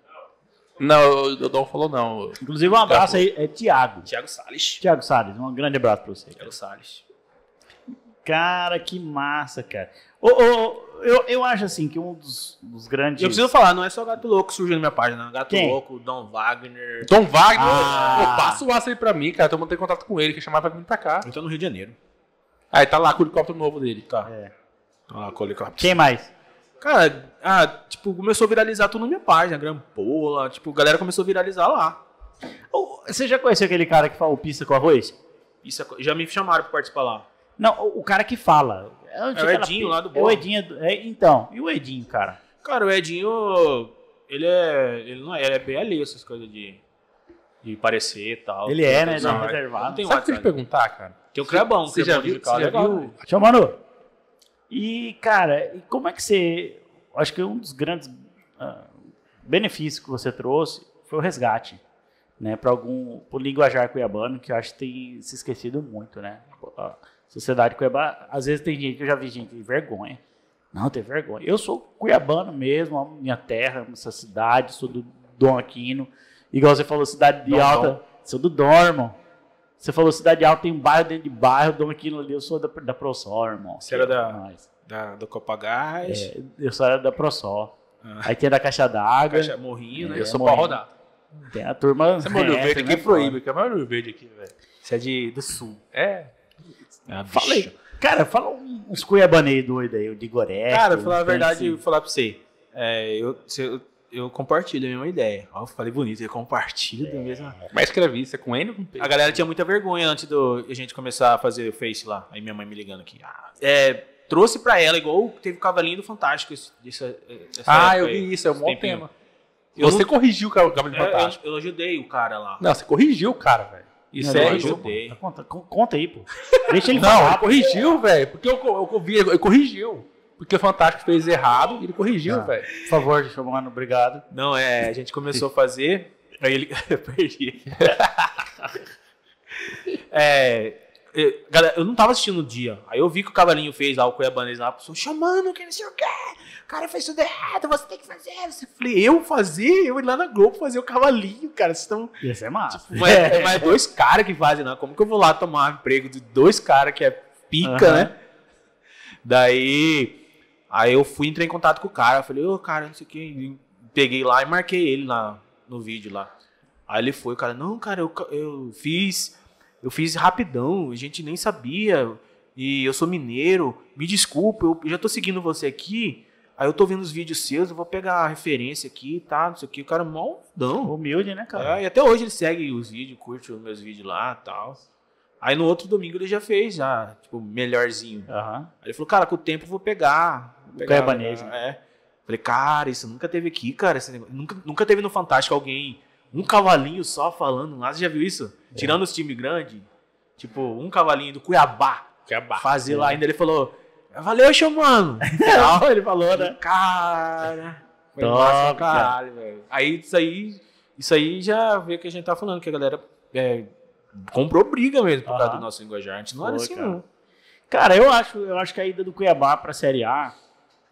Não, o Dom falou não. Inclusive, um abraço aí, é Tiago. Thiago Salles. Tiago Salles, um grande abraço pra você. Thiago Salles. Cara, que massa, cara. Ô, ô, eu, eu acho assim que um dos, dos grandes. Eu preciso falar, não é só Gato Louco que surgiu na minha página. Gato Quem? Louco, Dom Wagner. Tom Wagner, Ah. pô, passa o aço aí pra mim, cara. Tô mantendo contato com ele, que chamar pra vir pra cá. Eu tô no Rio de Janeiro. Aí tá lá com o helicóptero novo dele. Tá. É. Tô lá com o helicóptero. Quem mais? Cara, ah, tipo, começou a viralizar tudo na minha página. Grampola, tipo, a galera começou a viralizar lá. Ô, Você já conheceu aquele cara que fala pista com arroz? Isso é co- já me chamaram pra participar lá. Não, o, o cara que fala. É o Edinho lá do É o Borra. Edinho. do- é, então, e o Edinho, cara? Cara, o Edinho, ele é. Ele não é, ele é bem alheio a essas coisas de, de parecer e tal. Ele é, né? Não, Não, é- reservado. não tem Sabe o que eu te WhatsApp. perguntar, cara? Tem um o Crebão, Você o Crebão já viu? digital Você já é legal, viu? né? Tchau, Manu. E, cara, e como é que você. Acho que um dos grandes ah, benefícios que você trouxe foi o resgate, né? Para algum. Pro linguajar cuiabano, que eu acho que tem se esquecido muito, né? A sociedade cuiabana, às vezes tem gente, eu já vi gente tem vergonha. Não, tem vergonha. Eu sou cuiabano mesmo, amo minha terra, amo essa cidade, sou do Dom Aquino. Igual você falou, cidade de Dom, alta. Dom. Sou do Dom, irmão. Você falou cidade alta, tem um bairro dentro de bairro, Dom Aquino ali, eu sou da, da ProSol, irmão. Você era da- Nós. Da, do Copagás, É, eu sou era da ProSol. Ah. Aí tem a da Caixa d'Água, Caixa Morrinho, né? É, eu sou pra morrendo. rodar. tem a turma. Você um é olho reta, verde né, aqui proíbe, que é meu olho verde aqui, velho. Isso é de, do Sul. É. Falei. Cara, fala um- uns cuiabaneiros doidos aí, o de Goré. Cara, falar a verdade, eu falar pra você. É, eu, se eu, eu compartilho a mesma ideia. Ó, eu falei bonito, eu É. compartilho da mesma. Mas escrevi, você é com N ou com P? A galera tinha muita vergonha antes do a gente começar a fazer o Face lá. Aí minha mãe me ligando aqui. Ah, é, trouxe pra ela, igual teve o Cavalinho do Fantástico. Esse, essa- essa Ah, época eu aí, vi isso, é um esse bom tempinho. tema. Eu Você não- corrigiu o Gabriel É, Fantástico. Eu, eu ajudei o cara lá. é. Não, você corrigiu o cara, velho. Isso Não, é eu ajuda. ajudei. Conta, con- conta aí, pô. [LAUGHS] Deixa ele Não, ele falar. corrigiu, velho. Porque eu, eu, eu vi, ele corrigiu. Porque o Fantástico fez errado e ele corrigiu, Ah. velho. Por favor, deixa eu mano, obrigado. Não, é, a gente começou a fazer. Aí ele. [LAUGHS] eu perdi. é. Eu, galera, eu não tava assistindo o dia. Aí eu vi que o Cavalinho fez lá, o Cuiabanês lá, pessoa chamando, que não sei o quê. O cara fez tudo errado, você tem que fazer. Eu falei, eu fazer? Eu ir lá na Globo fazer o Cavalinho, cara. Vocês estão. Isso é massa. Mas, mas dois caras que fazem, não. Como que eu vou lá tomar um emprego de dois caras que é pica, Aham. né? Daí. Aí eu fui, entrei em contato com o cara. Falei, ô, cara, não sei o que. Peguei lá e marquei ele na, no vídeo lá. Aí ele foi, o cara, não, cara, eu, ca- eu fiz. Eu fiz rapidão, a gente nem sabia. E eu sou mineiro, me desculpa, eu já tô seguindo você aqui. Aí eu tô vendo os vídeos seus, eu vou pegar a referência aqui, tá? Não sei o que. O cara, mó dão. Humilde, né, cara? É, e até hoje ele segue os vídeos, curte os meus vídeos lá e tal. Aí no outro domingo ele já fez, já, tipo, melhorzinho. Aham. Aí ele falou, cara, com o tempo eu vou pegar. Vou pegar Cuiabanês, né? É. Falei, cara, isso nunca teve aqui, cara. esse negócio- Nunca, nunca teve no Fantástico alguém, um cavalinho só falando lá. Você já viu isso? Tirando os times grandes, tipo, um cavalinho do Cuiabá. Cuiabá. Fazer É. lá ainda, ele falou, [LAUGHS] valeu, chamando. ele falou, né? Cara. Foi Top, massa pra caralho, velho. Aí isso aí, isso aí já vê o que a gente tá falando, que a galera é, comprou briga mesmo por causa Aham. do nosso linguajar. A gente não era Foi, assim, cara. não. Cara, eu acho, eu acho que a ida do Cuiabá pra Série A,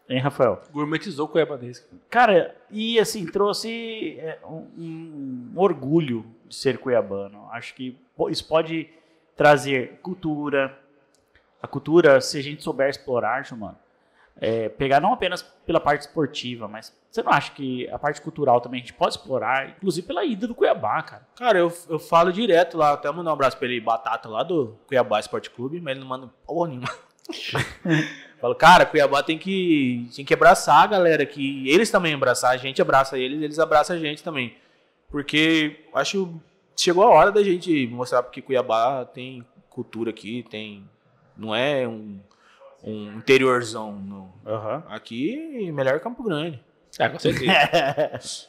hein, Rafael? Gourmetizou o Cuiabanês. cara. Cara, e assim, trouxe é, um, um orgulho de ser cuiabano. Acho que po- isso pode trazer cultura. A cultura, se a gente souber explorar, mano, é, pegar não apenas pela parte esportiva, mas você não acha que a parte cultural também a gente pode explorar, inclusive pela ida do Cuiabá, cara? Cara, eu, eu falo direto lá, até mandar um abraço pra ele, Batata, lá do Cuiabá Esporte Clube, mas ele não manda porra nenhuma. Falo, cara, Cuiabá tem que, tem que abraçar a galera, que eles também abraçar, a gente abraça eles, eles abraçam a gente também. Porque acho que chegou a hora da gente mostrar porque Cuiabá tem cultura aqui, tem. Não é um, um interiorzão. Não. Aqui é melhor Campo Grande. [LAUGHS] É, com certeza.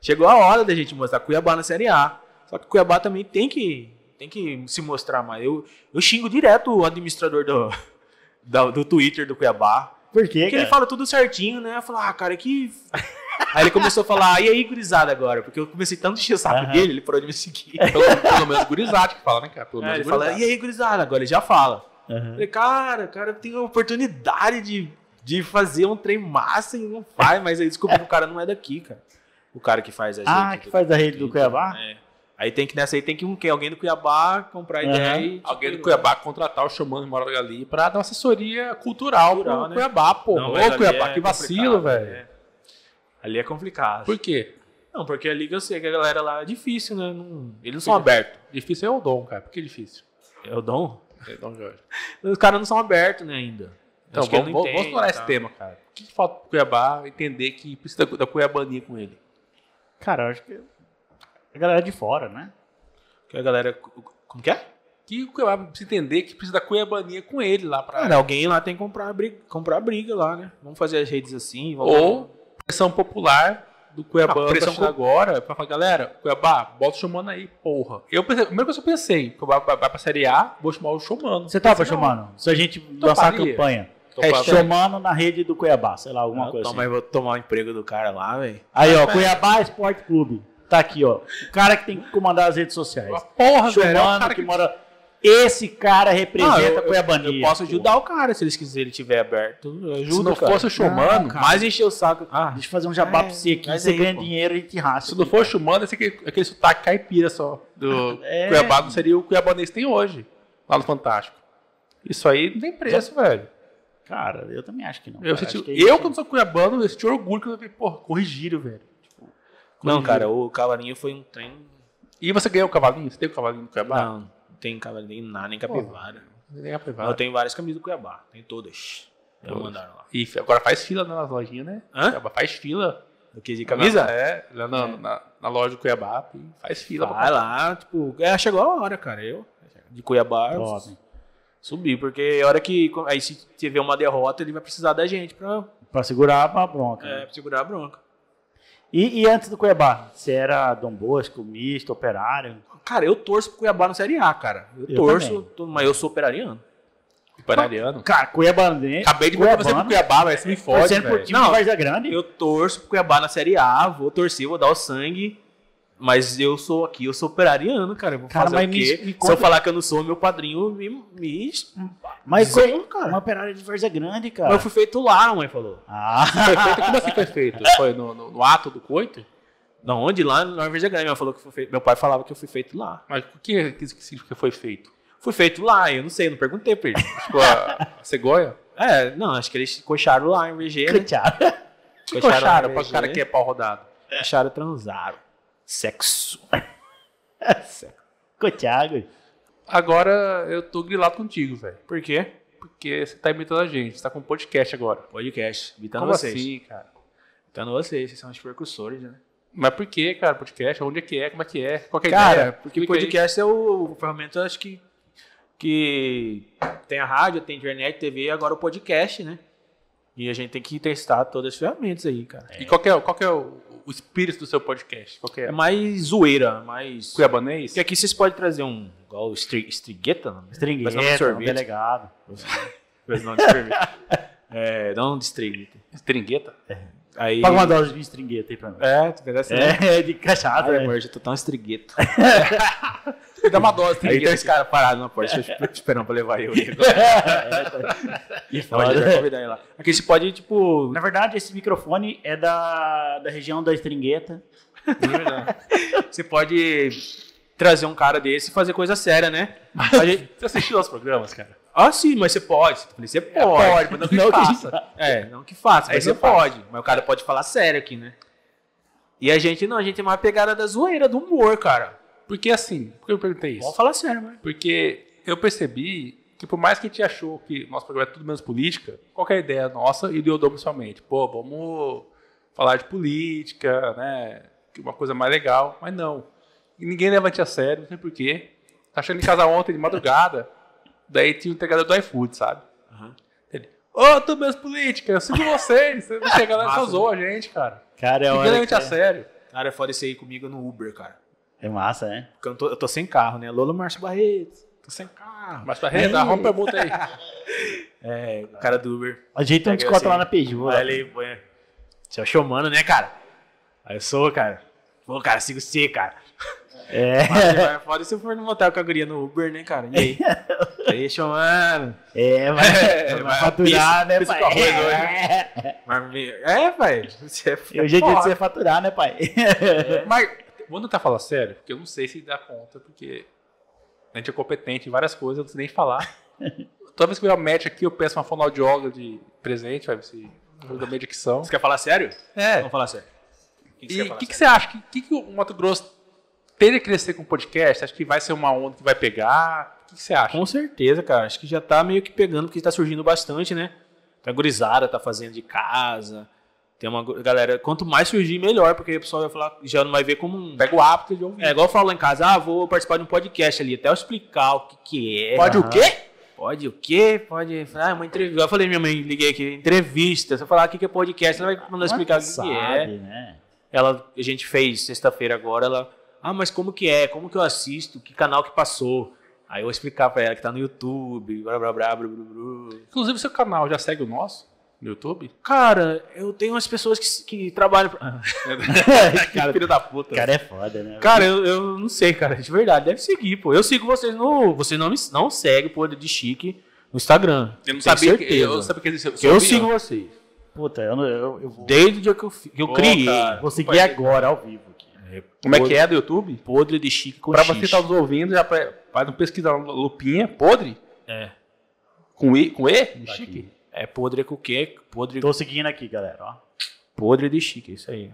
Chegou a hora da gente mostrar Cuiabá na Série A. Só que Cuiabá também tem que, tem que se mostrar mais. Eu, eu xingo direto o administrador do, [LAUGHS] da- do Twitter do Cuiabá. Por quê, Porque ele fala tudo certinho, né? Eu falo, ah, cara, que. [LAUGHS] Aí ele começou a falar, "Ah, e aí, gurizada agora? Porque eu comecei tanto a encher o saco Aham. É. dele, ele parou de me seguir. Pelo, pelo menos gurizado que fala, né, cara? Pelo menos Aí É, ele gurizado. fala, e aí, gurizada? Agora ele já fala. Eu Aham. Falei, cara, cara, tem a oportunidade de, de fazer um trem massa e não faz, mas aí descobri que o cara não é daqui, cara. O cara que faz a Ah, gente que do- faz a rede do Cuiabá? É. Aí tem que nessa aí tem que um, que alguém do Cuiabá comprar Aham. ideia e. Alguém do Cuiabá contratar o Xamã de Mora da Galinha pra dar uma assessoria cultural, Cultural, pro né? Cuiabá, pô. Não, Ô, mas ali Cuiabá, é que vacilo, complicado, velho. é. Ali é complicado. Por quê? Não, porque a liga eu sei que a galera lá é difícil, né? Não- eles não são abertos. Difícil é o dom, cara. Por que difícil? É o dom? É o dom, Jorge. Os caras não são abertos, né, ainda. Então, Acho que ele vamos, não vamos, vamos entende, explorar tá? esse tema, cara. O que que falta pro Cuiabá entender que precisa da, da Cuiabania com ele? Cara, eu acho que a galera de fora, né? Que a galera. Como que é? Que o Cuiabá precisa entender que precisa da Cuiabania com ele lá pra... Cara, Ah, né, alguém lá tem que comprar a briga, comprar a briga lá, né? Vamos fazer as redes assim. Vamos Ou pressão popular do Cuiabá Ah, ah, pressão pressão agora pra falar, galera, Cuiabá, bota o Xamã aí, porra. Eu pensei, a primeira coisa que eu pensei, Cuiabá vai, vai pra Série A, vou chamar o Xamã. Você topa, Pensei, não, Xomano? Se a gente lançar a Toparia. campanha. topa- É Xomano na rede do Cuiabá, sei lá, alguma Ah, coisa então, assim. mas eu vou tomar o emprego do cara lá, velho. Aí, ó, Cuiabá Esporte Clube. Tá aqui, ó. O cara que tem que comandar as redes Uma sociais. porra, velho. é um Xomano cara que que- mora... Esse cara Não, eu- representa a eu- Cuiabania. Eu posso pô. ajudar o cara se eles quiserem, ele tiver aberto. Eu ajudo, Se não cara. fosse o Xomano, cara. mais encher o saco. Ah, Deixa eu fazer um jabá É, pra você aqui. faz Você aí, ganha pô. dinheiro e te racha. se não fosse o Xomano, esse aquele, aquele sotaque caipira só [LAUGHS] do É. Cuiabá não seria o cuiabanês que tem hoje, lá no Fantástico. Isso aí não tem preço, velho. Cara, eu também acho que não. Eu, cara. senti, Acho é que a eu, gente- quando sou cuiabano, eu senti orgulho quando eu vi, porra, corrigiram, velho. Tipo, não, corrigiram. cara, o cavalinho foi um trem. E você ganhou o cavalinho? Você tem o cavalinho do Cuiabá? Não, não tem cavalinho nem nada, nem capivara. Nem a Mas eu privada. tenho várias camisas do Cuiabá, tem todas. Já Todas. mandaram lá. E agora faz fila nas lojinhas, né? Hã? Cuiabá faz fila. Eu quis de camisa? Na- É, lá na, na- na loja do Cuiabá, tem- faz fila. pra- Vai lá, tipo, é, chegou a hora, cara. Eu, de é Cuiabá, eu Top. subi, porque a hora que. Aí se tiver uma derrota, ele vai precisar da gente pra, Pra segurar a bronca. é, né? pra segurar a bronca. E, e antes do Cuiabá, você era Dom Bosco, misto, operário? Cara, eu torço pro Cuiabá na Série A, cara. Eu, Eu torço, também. tô- mas eu sou operariano. Hiperariano. Cara, Cuiabane. Acabei de mandar você pro Cuiabano, Cuiabá, mas você me fode, Torcendo por velho. time de Não, Varza Grande. Eu torço pro Cuiabá na Série A, vou torcer, vou dar o sangue. Mas eu sou aqui, eu sou operariano, cara. Eu vou Cara, fazer mas o me- quê? me Se conta- eu falar que eu não sou, meu padrinho me. me... Mas Zero, foi cara. uma operária de Varza Grande, cara. Mas eu fui feito lá, a mãe falou. Ah, Foi feito? Como assim foi feito? Foi no, no- no ato do coito? Da onde? Lá na Norveja Grande, ela falou que foi feito. Meu pai falava que eu fui feito lá. Mas o que, que significa que foi feito? Fui feito lá, eu não sei, não perguntei [LAUGHS] pra ele. Tipo, a, a cegonha? É, não, acho que eles coxaram lá em VG, né? Cristiano. Que Coxaram coxaram a pra VG. cara que é pau rodado. Coxaram, transaram. Sexo. Com o Thiago. Agora eu tô grilado contigo, velho. Por quê? Porque você tá imitando a gente, você tá com um podcast agora. Podcast. Imitando Como Então vocês. assim, cara? Imitando vocês, vocês são os percussores, né? Mas por que, cara? Podcast? Onde é que é? Como é que é? Qual que é a Cara, ideia? porque Explica aí. podcast é o o ferramenta, acho que. Que tem a rádio, tem internet, TV e agora o podcast, né? E a gente tem que testar todas as ferramentas aí, cara. E qual que é, qual que é o, o espírito do seu podcast? Qual que É é? mais zoeira, mais. Cuiabanês? Porque aqui vocês podem trazer um. Igual o estri, Estrigueta, não? Mas não de Stringueta, um sorvete. delegado. Mas não de sorvete. [LAUGHS] é, não de Estrigueta. Estringueta? Aí. Paga uma dose de Stringueta aí pra mim. É, tu merece. né? É, de cachaça. Ai, né? amor, já tô [LAUGHS] tão [LAUGHS] estrigueto. Me dá uma dose, Aí tem Estringueta. esse cara parado na porta, esperando pra levar eu. né? É, E Olha, foda. ele vai convidar ele lá. Aqui você pode, tipo. tá. Na verdade, esse microfone é da, da região da Stringueta. é Você pode trazer um cara desse e fazer coisa séria, né? A gente- Você assistiu aos programas, cara? Ah, sim, mas você pode. Eu falei, você pode, pode, mas É não que não que- faça. É, não que faça, Aí mas não você pode. Mas o cara pode falar sério aqui, né? E a gente não, a gente tem uma pegada da zoeira, do humor, cara. Porque assim, por que eu perguntei isso? Vamos falar sério, mano. Porque eu percebi que por mais que a gente achou que nosso programa é tudo menos política, qualquer ideia nossa e do Eudom principalmente, pô, vamos falar de política, né? que Uma coisa mais legal, mas não. E ninguém leva a gente a sério, não sei porquê. Tá chegando em casa ontem de madrugada, daí tinha o entregador do iFood, sabe? Aham. Ele, ô, tudo menos política, eu sigo vocês, vocês não chegaram lá e só Massa, né?" zoam a gente, cara. Cara, é Ninguém leva a hora. gente a sério. Cara, é foda isso aí comigo no Uber, cara. É massa, né? Porque eu tô, eu tô sem carro, né? Lolo Márcio Barreto. Tô sem carro. Mas pra arredar, Ei. rompe a multa aí. É, o cara do Uber. Ajeita um Pega desconto assim. lá na Peugeot. Aí ele põe. Você é o showmano, né, cara? Aí eu sou, cara. Pô, cara, sigo você, cara. [LAUGHS] É, [LAUGHS] Agora, Foda se eu for no motel com a guria no Uber, né, cara? E aí? E aí, showmano? é, vai, [LAUGHS] É, vai vai, faturar, né, pisa pai? com arroz É, Mas me- É, pai. Você é é o jeito de foda. você faturar, né, pai? Mas vou tentar falar tá sério, porque eu não sei se dá conta, porque a gente é competente em várias coisas, eu não sei nem [LAUGHS] falar. Toda vez que eu vejo a match aqui, eu peço uma fonoaudióloga de presente, vai ver se ajuda a minha dicção. Você quer falar sério? É. Vamos falar sério. O que que você E quer o falar que, que sério? você acha? O que, que o Mato Grosso tem de crescer com o podcast? Acho que vai ser uma onda que vai pegar? O que, que você acha? Com certeza, cara. Acho que já tá meio que pegando, porque tá surgindo bastante, né? Tá gurizada, tá fazendo de casa. Tem uma gu- galera. Quanto mais surgir, melhor, porque aí o pessoal vai falar, já não vai ver como um. Pega o hábito de ouvir. É igual eu falo lá em casa, ah, vou participar de um podcast ali, até eu explicar o que que é. Pode o Aham. quê? Pode o quê? Pode. Ah, uma entrevista. Eu falei, minha mãe, liguei aqui, entrevista. Se eu falar o que que é podcast, ela vai mandar explicar o que, que é. Sabe, né? [LAUGHS] Ela, a gente fez sexta-feira agora, ela, ah, mas como que é? Como que eu assisto? Que canal que passou? Aí eu vou explicar pra ela que tá no YouTube, blá blá blá blá blá blá. Inclusive, seu canal já segue o nosso no YouTube? Cara, eu tenho umas pessoas que, que trabalham. [LAUGHS] pra- Cara, [LAUGHS] filho da puta. cara é foda, né? Cara, eu, eu não sei, cara. De verdade, deve seguir, pô. Eu sigo vocês no. Vocês não me não seguem, pô, de chique no Instagram. Eu não Tenho sabia que, certeza. eu sabia que existia. sabia? eu sigo vocês. Puta, eu, não- eu, eu vou, Desde o dia que eu, fi- que eu Pô, criei. cara. vou seguir agora, ao vivo. Aqui. Como é que é do YouTube? Podre de chique com Pra xixi. você que tá nos ouvindo, já pra- faz uma pesquisa lá, lupinha, podre, É. com I, com E, de Tá chique. aqui. É podre com o quê? Podre, Tô seguindo aqui, galera. Ó. podre de chique, é isso aí.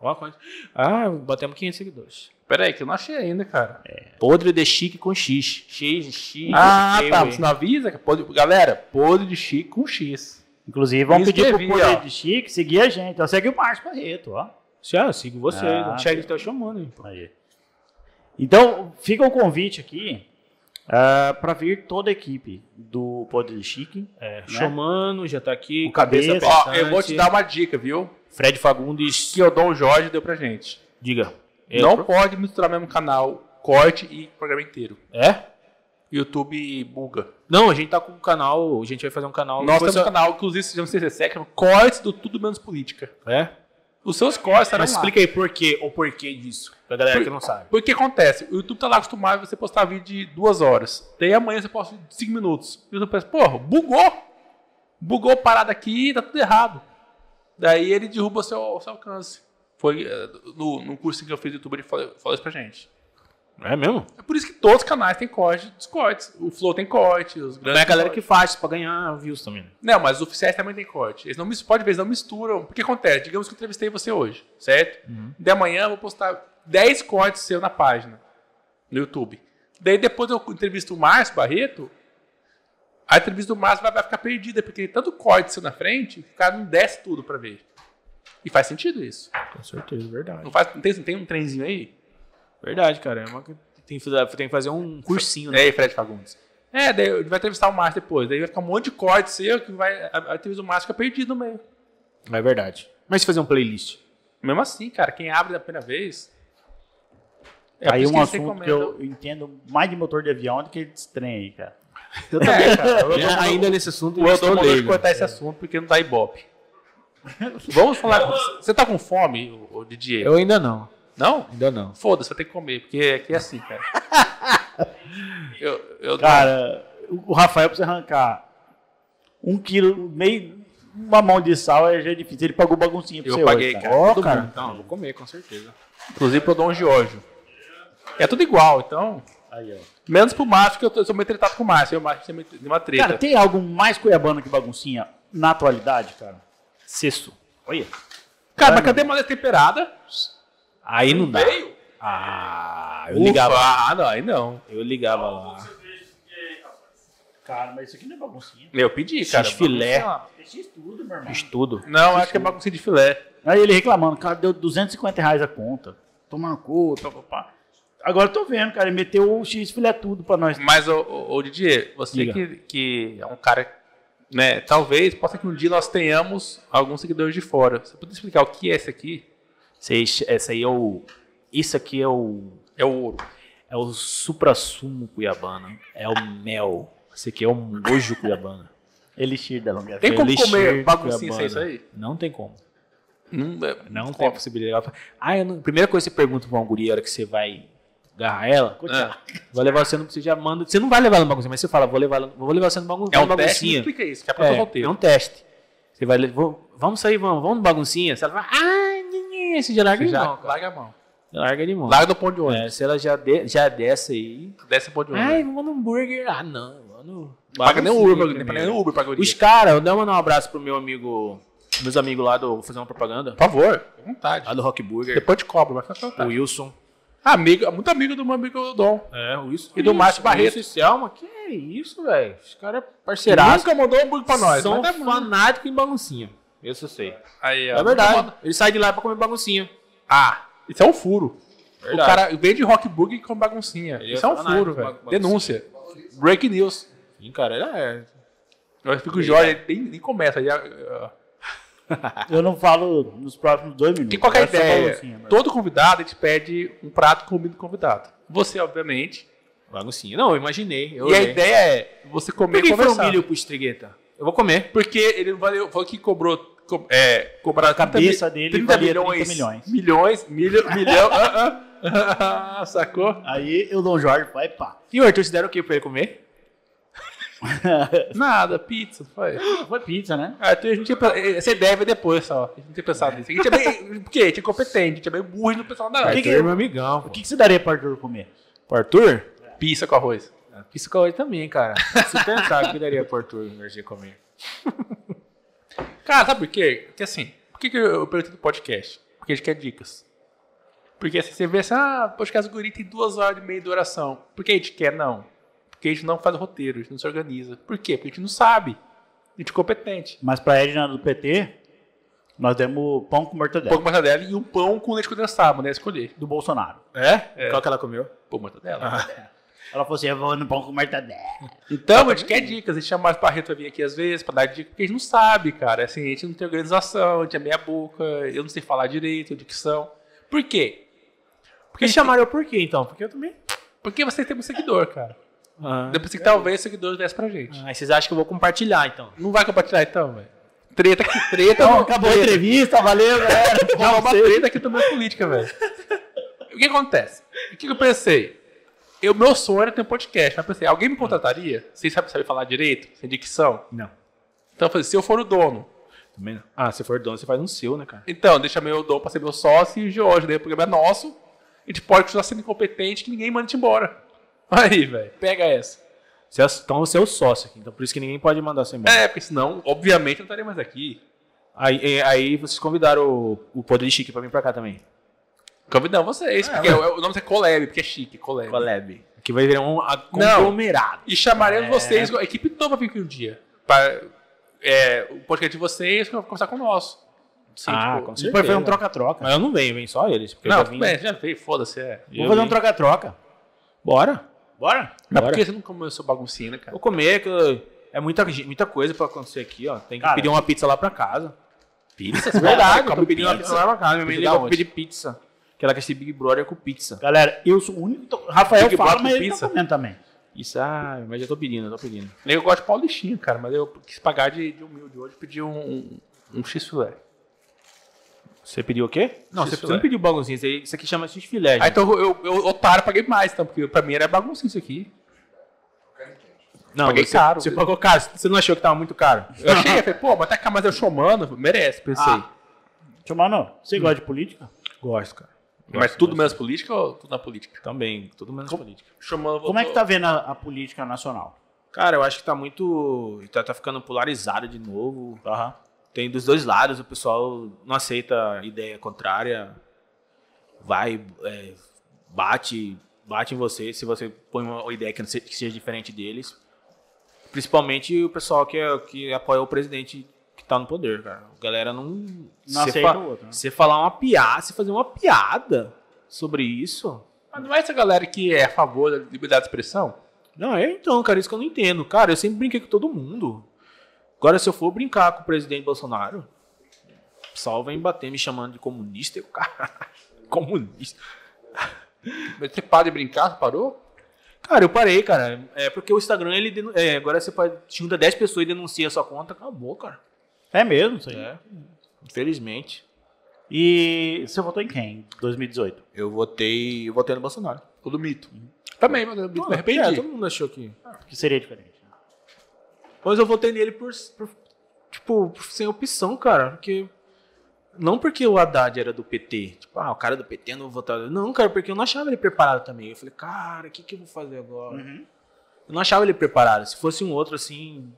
Ó, quanto- Ah, batemos 500 seguidores. Pera aí, que eu não achei ainda, cara. Podre de chique com X. X, X. ah, eu, tá, hein. você não avisa? que é podre- galera, podre de chique com X. Inclusive, vamos Me pedir pro inscrevi, ó. Poder de Chique seguir a gente. Ó, segue o Márcio Barreto, ó. Sim, ah, eu sigo vocês. Ah, não chega que tá chamando, hein, pô. Aí. Então, fica o convite aqui para vir toda a equipe do Poder de Chique. É, Né? Xomano já tá aqui. O cabeça- Ó, pensante. eu vou te dar uma dica, viu? Fred Fagundes. é Que o Dom Jorge deu pra gente. Diga. não pode misturar mesmo canal, corte e programa inteiro. É? YouTube buga. Não, a gente tá com um canal. A gente vai fazer um canal. Nós Depois temos um canal, inclusive, se chama CCC, que chama Cortes do Tudo Menos Política. só- É? Os seus cortes estarão Mas lá. explica aí por quê, o porquê disso. Pra galera que não sabe. Porque acontece, o YouTube tá lá acostumado a você postar vídeo de duas horas. Daí amanhã você posta de cinco minutos. E o YouTube pensa, porra, bugou! Bugou a parada aqui, tá tudo errado. Daí ele derruba o seu, o seu alcance. Foi eh, no, no curso que eu fiz de YouTube, ele falou, falou isso pra gente. É mesmo? É por isso que todos os canais têm corte dos cortes. O Flow tem corte, os Não grandes. é a galera têm que faz pra ganhar views também. né? corte. Não, mas os oficiais também têm corte. Eles não misturam, pode ver, eles não misturam. Porque acontece, digamos que eu entrevistei você hoje, certo? De amanhã eu vou postar 10 cortes seu na página, no YouTube. Daí depois eu entrevisto o Márcio Barreto, a entrevista do Márcio vai, vai ficar perdida, porque tem tanto corte seu na frente, que o cara não desce tudo pra ver. E faz sentido isso. Com certeza, verdade. Não, faz, não, tem, não tem um trenzinho aí? Verdade, cara. É uma... que- tem, que fazer- tem que fazer um cursinho, né? É, Fred Fagundes. É, daí ele vai entrevistar o Márcio depois. Daí vai ficar um monte de corte seu que vai. A, a entrevista do Márcio fica perdida no meio. É verdade. Mas se fazer um playlist. Mesmo assim, cara, quem abre da primeira vez. é por aí isso um que você assunto comenta- que eu entendo mais de motor de avião do que de trem, aí, cara. É. Eu também, cara. Eu tô- Ainda nesse assunto, O Eldon mandou odeio, né? de cortar esse assunto porque não dá ibope. Vamos falar. com- Você tá com fome, o né? DJ? Eu ainda não. Não? Ainda não. Foda-se, vai ter que comer, porque aqui é assim, cara. Eu, eu Cara, o o Rafael precisa arrancar um quilo, meio, uma mão de sal é já difícil. Ele pagou baguncinha pra Eu você paguei, hoje, cara. Ó, Todo cara. mundo. então. um Então, eu vou comer, com certeza. inclusive pro Dom Giorgio. É tudo igual, então. Aí, ó. Menos pro Márcio, que eu, tô- eu sou meio tretado com o Márcio. Eu e o Márcio tem uma- tem uma treta. Cara, tem algo mais cuiabano que baguncinha na atualidade, cara? Sexto. Olha. Cara, Vai, mas cadê mais temperada? Aí não dá. Veio? Ah, eu Ufa, ligava. Ah, não, aí não. Eu ligava lá. Cara, mas isso aqui não é baguncinha. Eu pedi, X cara. filé. bagunça. Deixa isso tudo, meu irmão. Estudo. Não, acho que é bagunça de filé. Aí ele reclamando, cara, deu 250 reais a conta. Tomando cu, papapá. Agora eu tô vendo, cara, ele meteu o X filé tudo pra nós. Mas, ô, ô, ô, Didier, você Diga. que, que é um cara, né? Talvez possa que um dia nós tenhamos alguns seguidores de fora. Você pode explicar o que é esse aqui? Vocês, essa aí é o. Isso aqui é o. É o ouro. É o supra-sumo cuiabano. É o mel. Esse aqui é o mojo cuiabano. Elixir da longa Tem vida. como Elixir comer baguncinha cuiabana. sem isso aí? Não tem como. Não, é- Não tem como. possibilidade. Ah, eu não- primeira coisa que você pergunta pra uma guria na hora que você vai agarrar ela, Ah. vai levar você no. Você já manda. Você não vai levar ela no baguncinha, mas você fala, vou levar, ela- vou levar você no bagun- É um teste, me baguncinha. explica isso, que é pra eu É, solteiro. é um teste. Você vai, le- vou- vamos sair, vamos, vamos no baguncinha. Se ela fala, ah, nhe, nhe, você já larga Você de já mão. cara. larga a mão. Já larga de mão. Larga do ponto de ônibus. É, se ela já, de- já desce aí. Desce o ponto de ônibus. Ai, vamos no hambúrguer. Ah, não, vamos no. Não Paga nem o baguncinha Uber, nem paga primeiro. nem o Uber pra guria. Os caras, eu dou um abraço pro meu amigo, meus amigos lá do. Vou fazer uma propaganda. Por favor, à vontade. Lá do Rock Burger. Depois te cobra, mas fica à O vontade. Wilson. Amigo, muito amigo do meu amigo Dom. É, o Wilson. E do Márcio Barreto. Wilson e Selma, que é isso, velho? Os caras é Será? parceiraço. Nunca mandou um bug pra nós. São mas tá bom. fanáticos em baguncinha. Isso é eu sei. Aí, ó, É verdade. nunca manda- Ele sai de lá pra comer baguncinha. Ah, isso é um furo. O Verdade. cara vende rock bug com baguncinha. Ele isso é um é fanático furo, com velho. baguncinha. Denúncia. Break news. Sim, cara, ele é. Eu fico o Jorge, ele uh, nem, nem começa. Já, ó. Eu não falo nos próximos dois minutos. Que qualquer Agora é só ideia, baguncinha, né? mas- todo convidado, a gente pede um prato comido do convidado. Você, obviamente. Baguncinha. Não, eu imaginei. Eu e a olhei. ideia é você Por comer que e que foi um conversar. milho pro estrigueta? Eu vou comer. Porque ele valeu, falou que cobrou co- é, cobrar cabeça dele valia 30 milhões. Milhões, milho, milhão. [LAUGHS] ah, ah, ah, sacou? Aí eu dou um Jorge, vai pá. E o Arthur, se deram o que pra ele comer? [LAUGHS] Nada, pizza, foi. Foi pizza, né? Ah, então a gente tinha, pe- essa ideia veio depois só. A gente não tinha pensado nisso. A gente é [LAUGHS] bem, porque a gente é competente, a gente é bem burro e não pensava nada. que que- é meu amigão. O que, que você daria pro Arthur comer? Pro Arthur? é? Ah, Pizza com arroz. Isso com ele também, cara. Se pensar, o que daria pro Arthur energia comer? Cara, sabe por quê? Porque assim, por que, que eu perguntei do podcast? Porque a gente quer dicas. Porque assim, você vê assim, ah, podcast do guri tem duas horas e meia de oração. Por que a gente quer? Não. Porque a gente não faz roteiro, a gente não se organiza. Por quê? Porque a gente não sabe. A gente é competente. Mas pra Edna do PT, nós demos pão com Um mortadela. pouco de mortadela e um pão com leite condensado, né? Escolher. Do Bolsonaro. É? Qual que ela comeu? Pão com mortadela. Ela falou assim, eu vou no pão com mortadela. Então, a gente quer dicas, a gente chama mais Barreto pra vir aqui às vezes, pra dar dica, porque a gente não sabe, cara. Assim, a gente não tem organização, a gente é meia boca, eu não sei falar direito, dicção. Por quê? Porque chamaram eu por quê, então? Porque eu também. Porque você tem um seguidor, cara. Ah, Eu pensei que talvez o seguidor desse pra gente. ah, vocês acham que eu vou compartilhar, então? Não vai compartilhar então, velho. Treta que treta, Então, mano. acabou a entrevista, valeu, [LAUGHS] galera. [LAUGHS] Já uma treta aqui também é política, velho. O que acontece? O que que eu pensei? Eu, meu sonho era ter um podcast, mas eu pensei, alguém me contrataria? Sem saber, saber falar direito? Sem dicção? Não. Então eu falei, se eu for o dono, Também não. Ah, se for dono, você faz um seu, né, cara? Então, deixa meu dom pra ser meu sócio e o Jorge, daí o programa é nosso. A gente pode continuar sendo incompetente que ninguém manda te embora. [LAUGHS] Aí, velho, pega essa. Você é- então você é o sócio aqui, então por isso que ninguém pode mandar você embora. É, porque senão, obviamente, eu não estaria mais aqui. Aí, é, aí vocês convidaram o, o Poder de Chique pra vir pra cá também. Convidamos vocês, porque o, o nome é Collab, porque é chique, Collab. Collab. Que vai virar um a- Não. conglomerado. E chamaremos vocês, a equipe toda pra vir aqui um dia. É. Pra, é, o podcast de vocês pra conversar com o nosso. Sim, Ah, tipo, com Depois foi um certeza. troca-troca. Mas eu não venho, vem só eles. Porque Não, eu já vim. tudo bem, já veio, foda-se. É. Eu Vamos fazer um vim. troca-troca. Bora. Bora? Mas Bora. por que você não começou baguncinha, né, cara? Vou comer, que eu- é muita, ge- muita coisa pra acontecer aqui, ó. Tem que Cara, pedir uma pizza lá pra casa. Pizza? Você Verdade, eu come tô pedindo uma pizza? pizza lá pra casa. Minha mãe Pizza ligou da pra onde? pedir pizza. Que ela quer ser Big Brother com pizza. Galera, eu sou o único... Rafael Big fala, Brother mas com ele pizza? tá comendo também. Isso, ah, mas eu tô pedindo, eu tô pedindo. Eu gosto de paulistinha, cara, mas eu quis pagar de, de humilde hoje, pedi um, um, um x-filé. Você pediu o quê? Não, você, X-filé. você não pediu bagunzinho, isso é. aí- isso aqui chama Ah, X-filé. gente. então eu, eu otário, paguei mais, então, porque pra mim era baguncinho isso aqui. Não, paguei você, caro. Você pagou caro, você não achou que tava muito caro? Eu achei, eu falei, pô, mas tá cá, mas eu showmano, merece, pensei. Ah. Tio Mano, você gosta de política? Gosto, cara. Mas tudo menos política ou tudo na política? Também, tudo menos Como- política. Chamando, Como é que tá vendo a, a política nacional? Cara, eu acho que tá muito. Tá, tá ficando polarizado de novo. Aham. Tem dos dois lados, o pessoal não aceita ideia contrária. Vai, é, bate, bate em você se você põe uma ideia que, não seja, que seja diferente deles. Principalmente o pessoal que, é- que apoia o presidente que tá no poder, cara. A galera não. Não cê aceita fa- o outro. né? Você falar uma piada, você fazer uma piada sobre isso. Mas não é essa galera que é a favor da liberdade de expressão? Não, é então, cara, isso que eu não entendo. Cara, eu sempre brinquei com todo mundo. Agora, se eu for brincar com o presidente Bolsonaro, o pessoal vem bater me chamando de comunista. Eu, [LAUGHS] cara, comunista. Mas Você para de brincar, você parou? Cara, eu parei, cara. É porque o Instagram, ele. denu- É, agora você pode. Junta 10 pessoas e denuncia a sua conta, acabou, cara. É mesmo, isso aí. É. Infelizmente. E você votou em quem? 2018. Eu votei. Eu votei no Bolsonaro. O do mito. Também, mas eu me É, arrependi. todo mundo achou que. Que seria diferente. né? Mas eu votei nele por, por- tipo, por- sem opção, cara. Porque. Não porque o Haddad era do PT. Tipo, ah, o cara é do PT eu não vou votar. Não, cara, porque eu não achava ele preparado também. Eu falei, cara, o que, que eu vou fazer agora? Uhum. Eu não achava ele preparado. Se fosse um outro assim.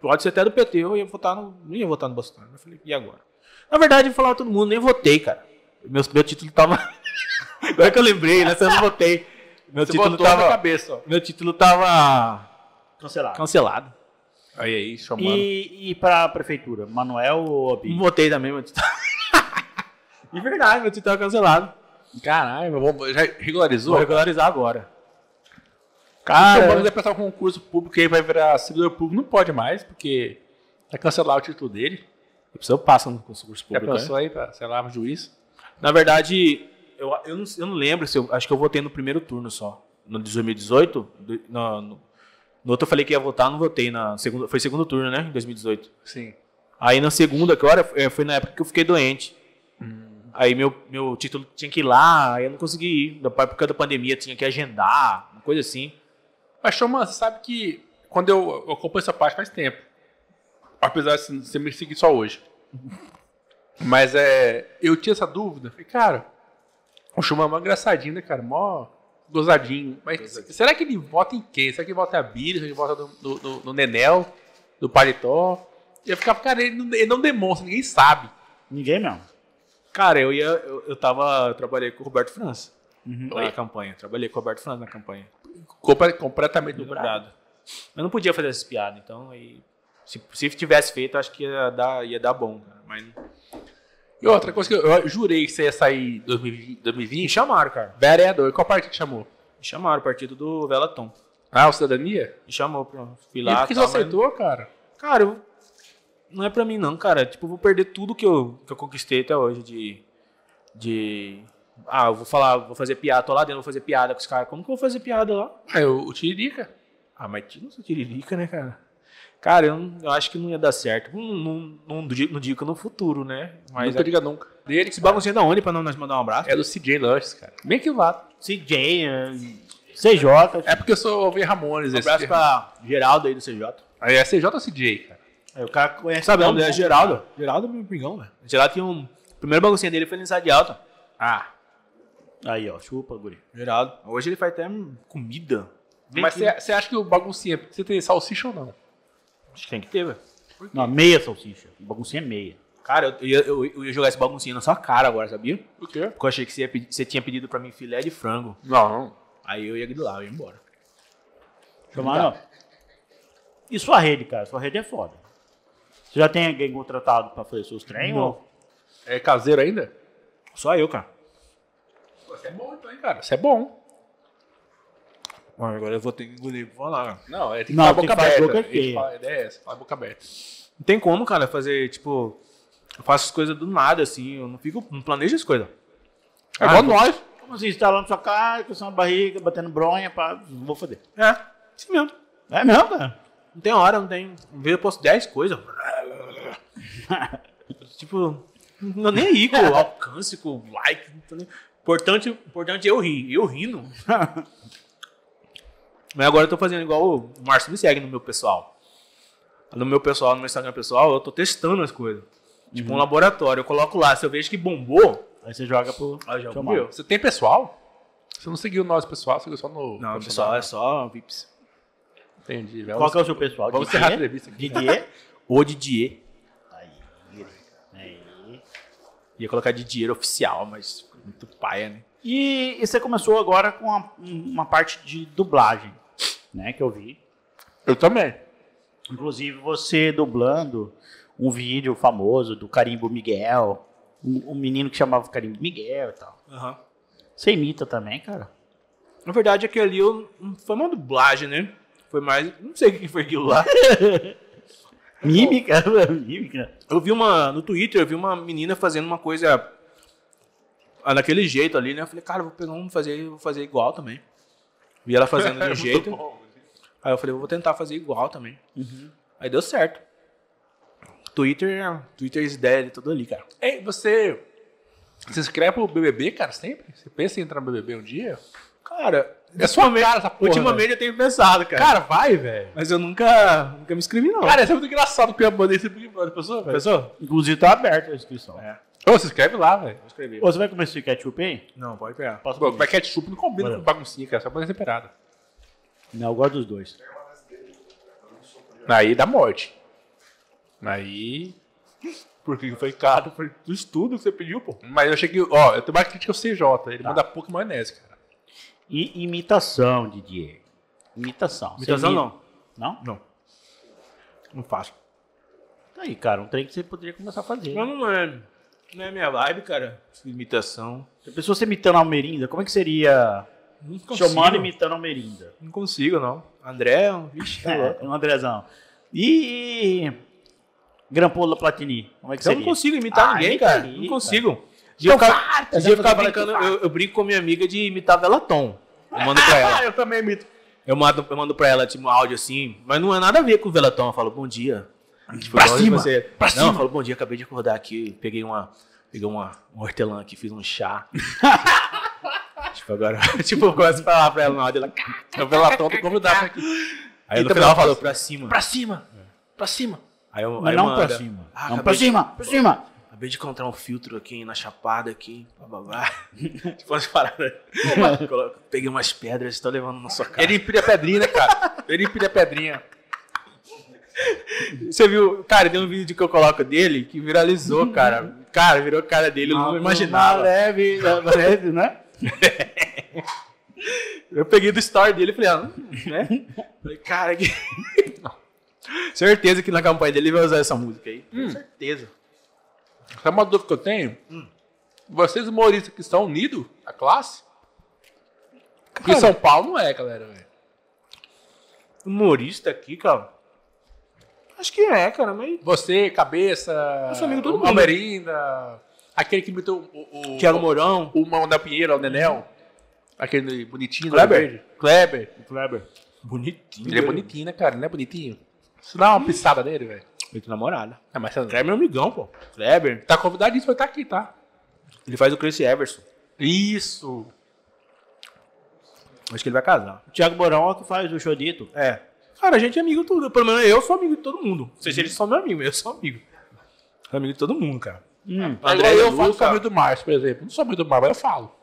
Pode ser até do PT, eu ia votar no. Não ia votar no Bolsonaro. Eu falei, e agora? Na verdade, eu falava pra todo mundo, nem votei, cara. Meu, meu título tava. [LAUGHS] agora que eu lembrei, né? Eu não votei. Meu Você título botou na tava. cabeça, ó. Meu título tava. Cancelado. cancelado. Aí, aí, chamando. E, e para a prefeitura? Manuel ou Não Obi? votei também, meu título. [LAUGHS] De verdade, meu título é cancelado. Caralho, meu bom, já regularizou? Vou regularizar é. agora. Então, Cara, o banco Cara, vai prestar um concurso público e aí vai virar servidor público. Não pode mais, porque vai cancelar o título dele. a pessoa passa no concurso Já público. né? pensou aí pra, sei lá, um juiz? Na verdade, eu, eu, não, eu não lembro se eu. Acho que eu votei no primeiro turno só. No de 2018. do- No, no, no outro eu falei que ia votar, não votei. Na segunda, foi segundo turno, né? Em 2018. Sim. Aí na segunda, que hora? eh, Foi na época que eu fiquei doente. Hum. Aí meu, meu título tinha que ir lá, aí eu não consegui ir. Na época da pandemia tinha que agendar, uma coisa assim. Mas, Xamã, você sabe que quando eu, eu acompanho essa parte faz tempo. Apesar de você me seguir só hoje. Mas é. Eu tinha essa dúvida. Falei, cara, o Xamã é mó engraçadinho, né, cara? Mó gozadinho. Mas será que ele vota em quem? Será que ele vota na Bíblia? Será que ele vota no, no, no- no Nenel? Do Paletó? E Eu ficava, cara, ele não, ele não demonstra, ninguém sabe. Ninguém mesmo. Cara, eu ia. Eu, eu tava. Eu trabalhei com o Roberto França na Uhum. Oi? campanha. Trabalhei com o Roberto França na campanha. Compa- completamente dobrado. Dobrado. Eu não podia fazer essas piadas, então aí. Se, se tivesse feito, eu acho que ia dar, ia dar bom, cara. Mas E outra coisa que eu, eu jurei que você ia sair em 2020, me 2020. chamaram, cara. Vereador, qual parte que chamou? Me chamaram, o partido do Velaton. Ah, o Cidadania? Me chamou pra fui e tá, lá. por que tal, você mas- aceitou, cara? Cara, eu- não é pra mim não, cara. Tipo, eu vou perder tudo que eu, que eu conquistei até hoje de. De. Ah, eu vou falar, vou fazer piada, tô lá dentro, vou fazer piada com os caras. Como que eu vou fazer piada lá? Ah, eu, o Tiririca. Ah, mas tira essa tiririca, né, cara? Cara, eu, não- eu acho que não ia dar certo. Não, não, não, di- não digo que no futuro, né? Mas nunca diga nunca. é Dele que esse se baguncinho da onde pra não nós mandar um abraço? É do CJ Lanches, cara. Bem que lá. CJ, eh, CJ. É porque eu sou ouvir Ramones. Um esse abraço termo. pra Geraldo aí do CJ. Aí é CJ ou CJ, cara? Aí o cara conhece. Sabe o todo nome dele? mundo. Geraldo. Geraldo é meu pingão, velho. Geraldo tinha um. O primeiro baguncinho dele foi no ensaio de alta. Ah. Aí, ó, chupa, guri. Geraldo. Hoje ele faz até hum, comida. Vem Mas aqui. você você acha que o baguncinha, você tem salsicha ou não? é- Acho que tem que ter, velho. Não, meia salsicha. Baguncinha é meia. Cara, eu, eu, eu- eu ia jogar esse baguncinho na sua cara agora, sabia? O quê? Porque eu achei que você, ia pedir- você tinha pedido pra mim filé de frango. Não. Aí eu ia grilar, eu ia embora. Chamaram. E sua rede, cara? Sua rede é foda. Você já tem alguém contratado pra fazer seus treinos? Não. ou- É caseiro ainda? Só eu, cara. Você é bom então, hein, cara? Você é bom. Mano, agora eu vou ter que engolir pra falar, cara. Não, é tem que Não, falar tem boca que falar aberta. boca Ele cheia. fala- A ideia é essa, fala boca aberta. Não tem como, cara, fazer, tipo... Eu faço as coisas do nada, assim. Eu não fico... Não planejo as coisas. É igual vou- nós. Como assim? Você tá lá na sua casa, com sua barriga, batendo bronha, pá. Vou fazer. É. Assim mesmo. É mesmo, cara? Não tem hora, não tem... Às vezes eu posto 10 coisas. [LAUGHS] tipo... Não tô nem aí com o alcance, com o like. Não tô nem... Importante, importante é eu rir. Eu [LAUGHS] rindo. Mas agora eu tô fazendo igual o o Márcio me segue no meu pessoal. No meu Uhum. pessoal, no meu Instagram pessoal, eu tô testando as coisas. Tipo um laboratório. Eu coloco lá, se eu vejo que bombou, Aí você joga pro. Olha, já Chamado. ouviu? Você tem pessoal? Você não seguiu nós pessoal, seguiu só no. Não, profissional. pessoal, é só VIPs. Entendi. Qual Vamos, que é o seu pessoal? vamos encerrar a Didier? entrevista aqui. Didier? Ou Didier. Aí. Aí. Ia colocar Didier oficial, mas ficou muito paia, né? E, e você começou agora com uma, uma parte de dublagem, né? Que eu vi. Eu também. Inclusive você dublando um vídeo famoso do Carimbo Miguel, um, um menino que chamava Carimbo Miguel e tal. Você imita também, cara? Na verdade, aquele ali eu- não foi uma dublagem, né? Foi mais. Não sei o que foi aquilo lá. Mímica? [LAUGHS] É Mímica? Eu vi uma. No Twitter, eu vi uma menina fazendo uma coisa. ah, Daquele jeito ali, né? Eu falei, cara, eu vou pegar um, fazer, vou fazer igual também. Vi ela fazendo [LAUGHS] É de um jeito. Aí eu falei, eu vou tentar fazer igual também. Aí deu certo. Twitter, Twitter's ideia de tudo ali, cara. Ei, você se inscreve pro BBB, cara, sempre? Você pensa em entrar no BBB um dia? Cara, É sua cara essa porra. ultimamente eu tenho pensado, velho. cara. Cara, vai, velho. Mas eu nunca, nunca me inscrevi, não. Cara, isso é muito engraçado que eu mandei esse Big Brother, pessoa, velho. Pensou? Inclusive tá aberta a inscrição. É. Ô, se inscreve lá, velho. Vou escrever. Ô, Você vai começar o ketchup aí? Não, pode pegar. Posso Pô, Mas ketchup não combina Valeu. com baguncinha, cara. Só pra temperada. Não, eu gosto dos dois. Aí dá morte. Aí. Porque foi caro, foi do estudo que você pediu, pô. Mas eu achei que. Ó, eu tenho uma crítica ao CJ. Ele Tá. manda pouca maionese, cara. E imitação, Didier. Imitação. Você Imitação imita- não. Não? Não. Não faço. Tá aí, cara. Um trem que você poderia começar a fazer. Mas não é, não é minha vibe, cara. Imitação. Se a pessoa se imitando a Almerinda, como é que seria Não chamando e imitando a Almerinda? Não consigo, não. André, é um- vixe, tá louco. É, um Andrezão. E, e Grampola Platini, como é que Eu não seria? consigo imitar Ah, ninguém, imita cara. aí, não cara. consigo. Então Então, ficar, farta, esse dia eu né? ficava Então brincando, farta. eu, eu brinco com a minha amiga de imitar Velaton. Eu mando pra Ah, [LAUGHS] ela. eu também imito. Eu mando, eu mando pra ela, tipo, um áudio assim, mas não é nada a ver com o Velaton. Eu falo, bom dia. Tipo, Pra igual cima, Você... é. pra não, cima. eu falo, bom dia, acabei de acordar aqui, peguei uma, peguei uma, um hortelã aqui, fiz um [LAUGHS] chá. tipo, agora, [LAUGHS] tipo, eu começo a falar pra ela no áudio, ela... Eu velatão, tô convidado aqui. Aí E no também final ela falou, pra cima. Pra cima! Pra cima! Aí eu, Mas aí não manda, pra cima. Ah, não, acabei pra de- cima, pra cima. Acabei de encontrar um filtro aqui na chapada aqui, bababá. [LAUGHS] tipo [LAUGHS] umas paradas. Coloca- Peguei umas pedras, estou levando na sua casa. Ele empilha pedrinha, né, cara? Ele empilha pedrinha. Você viu? Cara, tem um vídeo que eu coloco dele que [LAUGHS] viralizou, cara. Cara, virou cara dele, eu Ah, não Na imaginava. leve, na leve, né? Eu peguei do story dele e falei, ah, né? [LAUGHS] Falei, cara, que. Certeza que na campanha dele ele vai usar essa música aí. Certeza. Sabe uma dúvida que eu tenho? Vocês humoristas que são unidos, a classe? Porque São Paulo não é, galera, velho. Humorista aqui, cara. Acho que é, cara, mas. Você, Cabeça, Eu sou amigo de todo mundo. Almerinda, aquele que imitou o, o, Tiago Mourão. o Mão da Pinheira, o Nenel, aquele bonitinho. Kleber. olho verde. Kleber. Kleber. Bonitinho. Ele é bonitinho, né, cara? Não é bonitinho? Você dá uma pisada nele, velho. Feito namorada. É, mas você Kleber é meu amigão, pô. Kleber. tá convidadíssimo pra estar aqui, tá? Ele faz o Chris Everson. Isso. Acho que ele vai casar. O Thiago Borão é o que faz o Chodito. É. Cara, a gente é amigo de tudo. Pelo menos eu sou amigo de todo mundo. Não sei se é eles são meu amigo, mas eu sou amigo. Sou amigo de todo mundo, cara. Hum. André, Agora eu falo que Luca. sou amigo do Márcio, por exemplo. Não sou amigo do Márcio, mas eu falo.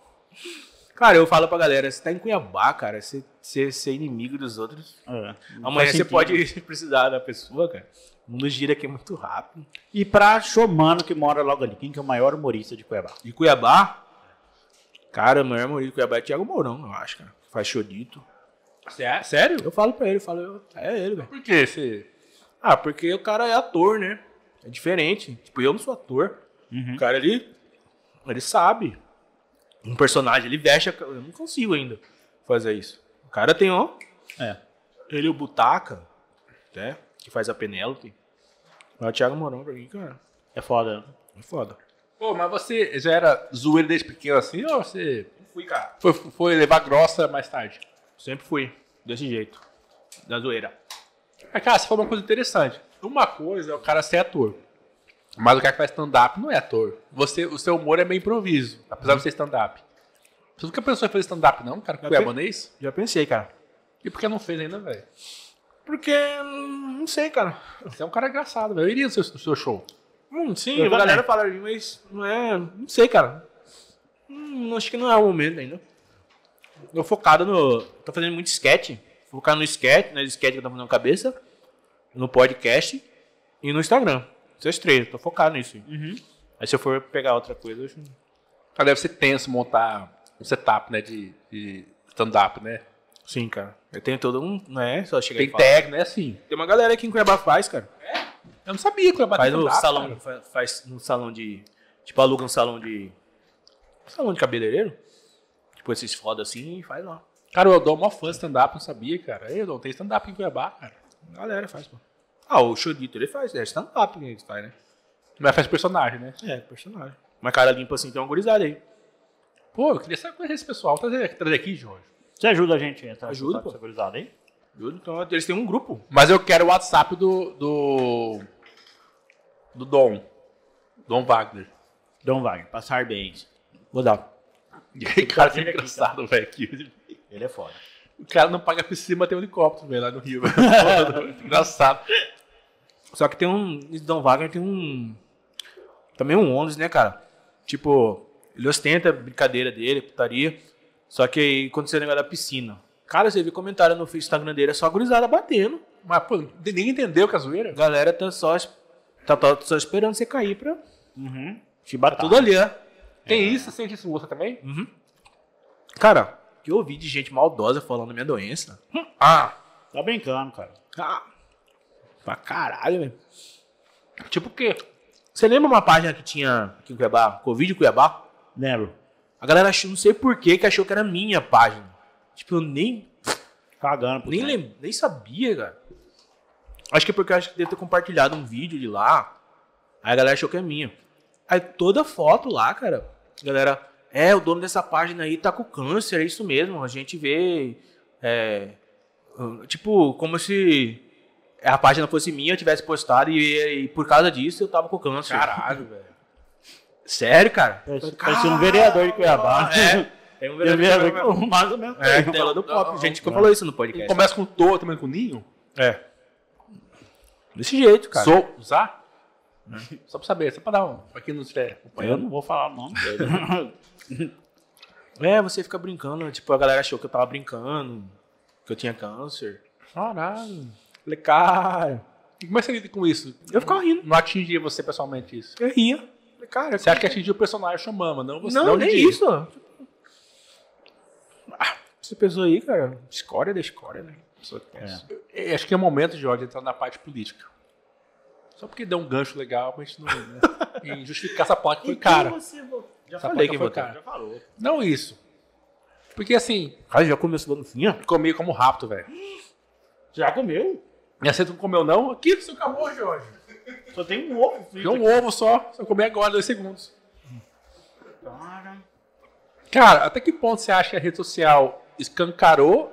Cara, eu falo pra galera, você tá em Cuiabá, cara, você, você ser inimigo dos outros. É. Amanhã Faz você sentido. pode [LAUGHS] precisar da pessoa, cara. O mundo gira aqui muito rápido. E pra Xomano, que mora logo ali, quem que é o maior humorista de Cuiabá? De Cuiabá, cara, o maior humorista de Cuiabá é Thiago Mourão, eu acho, cara. Faz chodito. Sé- é? Sério? Eu falo pra ele, eu falo, eu- é ele, velho. Por que você... Ah, porque o cara é ator, né? É diferente. Tipo, eu não sou ator. O cara, ele, ele sabe. Um personagem, ele veste. a ca- Eu não consigo ainda fazer isso. O cara tem, ó, É. Ele e o Butaca, né? Que faz a Penélope. Mas o Thiago Mourão pra mim, cara, É foda. né? é foda. Pô, mas você já era zoeiro desde pequeno assim ou você Fui, cara. foi, foi levar grossa mais tarde? Sempre fui. Desse jeito. Da zoeira. Mas, cara, você falou uma coisa interessante. Uma coisa é o cara ser ator. Mas o cara que faz stand-up não é ator. Você, o seu humor é meio improviso, apesar de ser stand-up. Você nunca pensou em fazer stand-up, não, cara? Eu Cuiabano é isso? Já pensei, cara. E por que não fez ainda, velho? Porque, hum, não sei, cara. Você é um cara engraçado, velho. Eu iria no seu, no seu show. Hum, sim, Eu a galera também. fala de mim, mas não é... Não sei, cara. Hum, acho que não é o momento ainda. Eu focado no. Tô fazendo muito sketch. Focado no sketch, no sketch que eu tô fazendo cabeça, no podcast e no Instagram. Esses três, tô focado nisso. Aí se eu for pegar outra coisa, eu acho. Mas deve ser tenso montar um setup, né? De, de stand-up, né? Sim, cara. Eu tenho todo um. Não é só chegar Tem e falar. tag, né? Assim. Tem uma galera aqui em Cuiabá faz, cara. Eu não sabia que eu ia bater Faz no stand-up, salão. cara. fa- Faz no salão de. Tipo, aluga um salão de. um Salão de cabeleireiro. Tipo, esses foda assim e faz lá. Cara, o Eldon é mó fã de stand-up, não sabia, cara. Ei, Eldon, tem stand-up em Cuiabá, cara. Galera faz, pô. Ah, o Chodito ele faz, é stand-up que ele faz, né? Mas faz personagem, né? É, personagem. Uma cara limpa assim, tem uma gurizada aí. Pô, eu queria saber conhecer esse pessoal. Trazer, trazer aqui, Jorge. Você ajuda a gente tá? a entrar em Ajuda, contato pô. com essa gurizada aí? Tudo, Então, eles têm um grupo. Mas eu quero o WhatsApp do. Do, do Dom. Dom [LAUGHS] Wagner. Dom Wagner, passar bem. Vou dar. E aí, cara, que engraçado, velho. que Ele é foda. O cara não paga piscina, mas tem um helicóptero, velho, lá no [LAUGHS] Rio. velho. engraçado. Só que tem um. esse Dom Wagner tem um. Também um ônus, né, cara? Tipo, ele ostenta a brincadeira dele, putaria. Só que aí, quando você negócio da piscina. Cara, você viu comentário no Instagram dele, é só a gurizada batendo. Mas, pô, ninguém entendeu que é zoeira. A galera tá só, es- tá, tá só esperando você cair pra. Uhum. Tá tudo ali, né? Tem isso, você sente isso você também? Cara, Hum, o que eu ouvi de gente maldosa falando da minha doença. Ah, Tá brincando, cara. Ah, pra caralho, velho. tipo o quê? Você lembra uma página que tinha aqui em Cuiabá? Covid Cuiabá? Lembro. A galera achou, não sei por que, que achou que era minha página. Tipo, eu nem, Cagando. pro nem, tempo. lem, nem sabia, cara. é. Acho que é porque eu acho que deve ter compartilhado um vídeo de lá. Aí a galera achou que é minha. Aí toda foto lá, cara, a galera, é, o dono dessa página aí tá com câncer, é isso mesmo. A gente vê, é, hum, tipo, como se a página fosse minha, eu tivesse postado e, e por causa disso eu tava com câncer. Caralho, velho. Sério, cara? Parece- Parecia um vereador de Cuiabá. É. Tem [LAUGHS] um Eu vereador que vereador que mais ou menos. É, tem. tela do pop. não, gente que não. falou isso no podcast. Começa com Tô, também com Ninho? É. Desse jejeito, cara. Sou, usar? Só pra saber, só pra dar um. Pra quem não estiver Eu acompanhando. não vou falar o nome dele. É, você fica brincando. Tipo, a galera achou que eu tava brincando, que eu tinha câncer. Caralho. Falei, cara. E como é que você lida com isso? Eu ficava rindo. Não atingia você pessoalmente isso. Eu ria. Falei, cara. Você acha que atingiu o personagem chamama, não você. Não, nem atingiu. isso. Ah, essa pessoa aí, cara. Escória da escória, né? Pessoa que pensa. Eu Acho que é o momento, Jorge, de entrar na parte política. Só porque deu um gancho legal, mas não. Né? [LAUGHS] em justificar essa parte foi cara. Já Essa falei placa quem foi votou. cara. Já falou. Não isso. Porque assim, Cara, já começou no fim, ó. comi como rápido, velho. Já comeu? E você não comeu, não? Aqui você acabou, Jorge. Só tem um ovo. frito Deu um ovo só, só comi agora, dois segundos. aqui, cara. Cara, até que ponto você acha que a rede social escancarou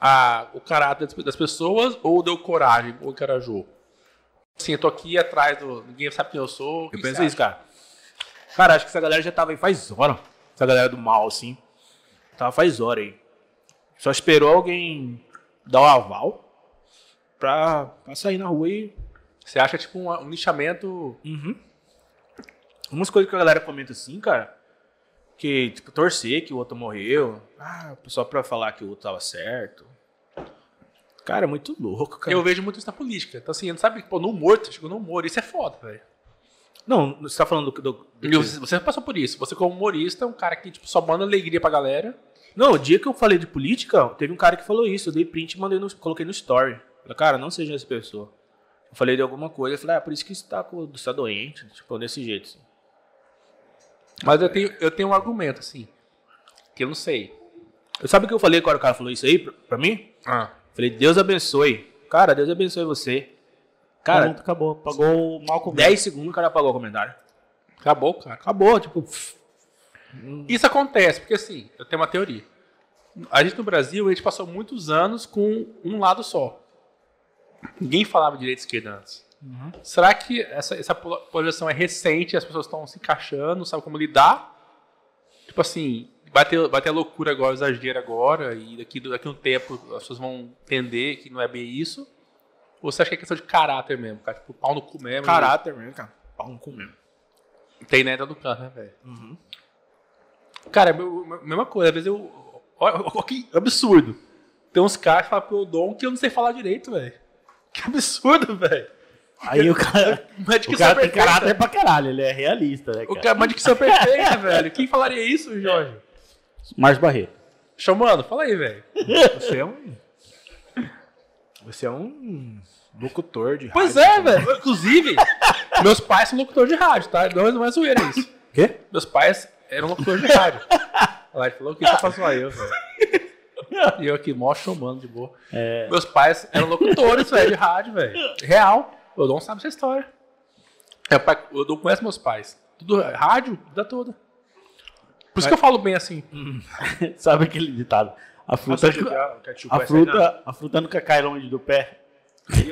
a- o caráter das- das pessoas ou deu coragem, ou encarajou? Assim, eu tô aqui atrás do. Ninguém sabe quem eu sou. o que Eu você penso acha? isso, cara. Cara, acho que essa galera já tava aí faz hora. Essa galera do mal, assim. Tava faz hora aí. Só esperou alguém dar o aval pra, pra sair na rua e. Você acha tipo um, um nichamento. Umas coisas que a galera comenta assim, cara. Que, tipo, torcer que o outro morreu. Ah, só pra falar que o outro tava certo. Cara, é muito louco, cara. Eu vejo muito isso na política. Então, assim, não sabe, pô, no humor, você chegou no humor, isso é foda, velho. Não, você tá falando do. do, do- E Você, você passou por isso. Você, como humorista, é um cara que tipo, só manda alegria pra galera. Não, o dia que eu falei de política, teve um cara que falou isso. Eu dei print e mandei no, coloquei no story. Falei, cara, não seja essa pessoa. Eu falei de alguma coisa. Eu falei, ah, por isso que você tá, com, você tá doente. Tipo, desse jeito. Assim. Mas É. eu tenho, eu tenho um argumento, assim. Que eu não sei. Eu sabe o que eu falei quando o cara falou isso aí pra, pra mim? Eu Falei, Deus abençoe. Cara, Deus abençoe você. Cara, Cara, acabou. Pagou o mal com 10 segundos o cara apagou o comentário. Acabou, cara. Acabou, tipo. pff. Isso acontece, porque assim, eu tenho uma teoria. A gente no Brasil, a gente passou muitos anos com um lado só. Ninguém falava direita e esquerda antes. Será que essa, essa pol- polarização é recente, as pessoas estão se encaixando, não sabem como lidar? Tipo assim, vai ter, vai ter loucura agora, exagero agora, e daqui, daqui a um tempo as pessoas vão entender que não é bem isso? Ou você acha que é questão de caráter mesmo, cara? Tipo, pau no cu mesmo. Caráter mesmo, cara. Pau no cu mesmo. Tem né, tá no canto, né, velho? Uhum. Cara, meu- meu- mesma coisa. Às vezes eu. Olha olha que absurdo. Tem uns caras que falam pro Dom que eu não sei falar direito, velho. Que absurdo, velho. Aí o cara, Magic o cara tem perfeita. caráter pra caralho, ele é realista, né, O cara? cara, mas de que são perfeita, [LAUGHS] velho. Quem falaria isso, É. Jorge? Márcio Barreiro. Chamando, fala aí, velho. Você é um. Você é um locutor de Pois rádio. é, velho. Inclusive, meus pais são locutor de rádio, tá? Não, não é zoeira isso. Quê? Meus pais eram locutores de rádio. Ela falou que isso pra zoar eu, velho. E eu aqui, mó chamando de boa. Meus pais eram locutores, velho, de rádio, velho. Real. Eu não sabe essa história. Meu pai- Eu não conheço meus pais. Tudo rádio, vida toda. Por isso que eu falo bem assim. [LAUGHS] Sabe aquele ditado? A fruta, é a fruta, a fruta nunca cai longe do pé.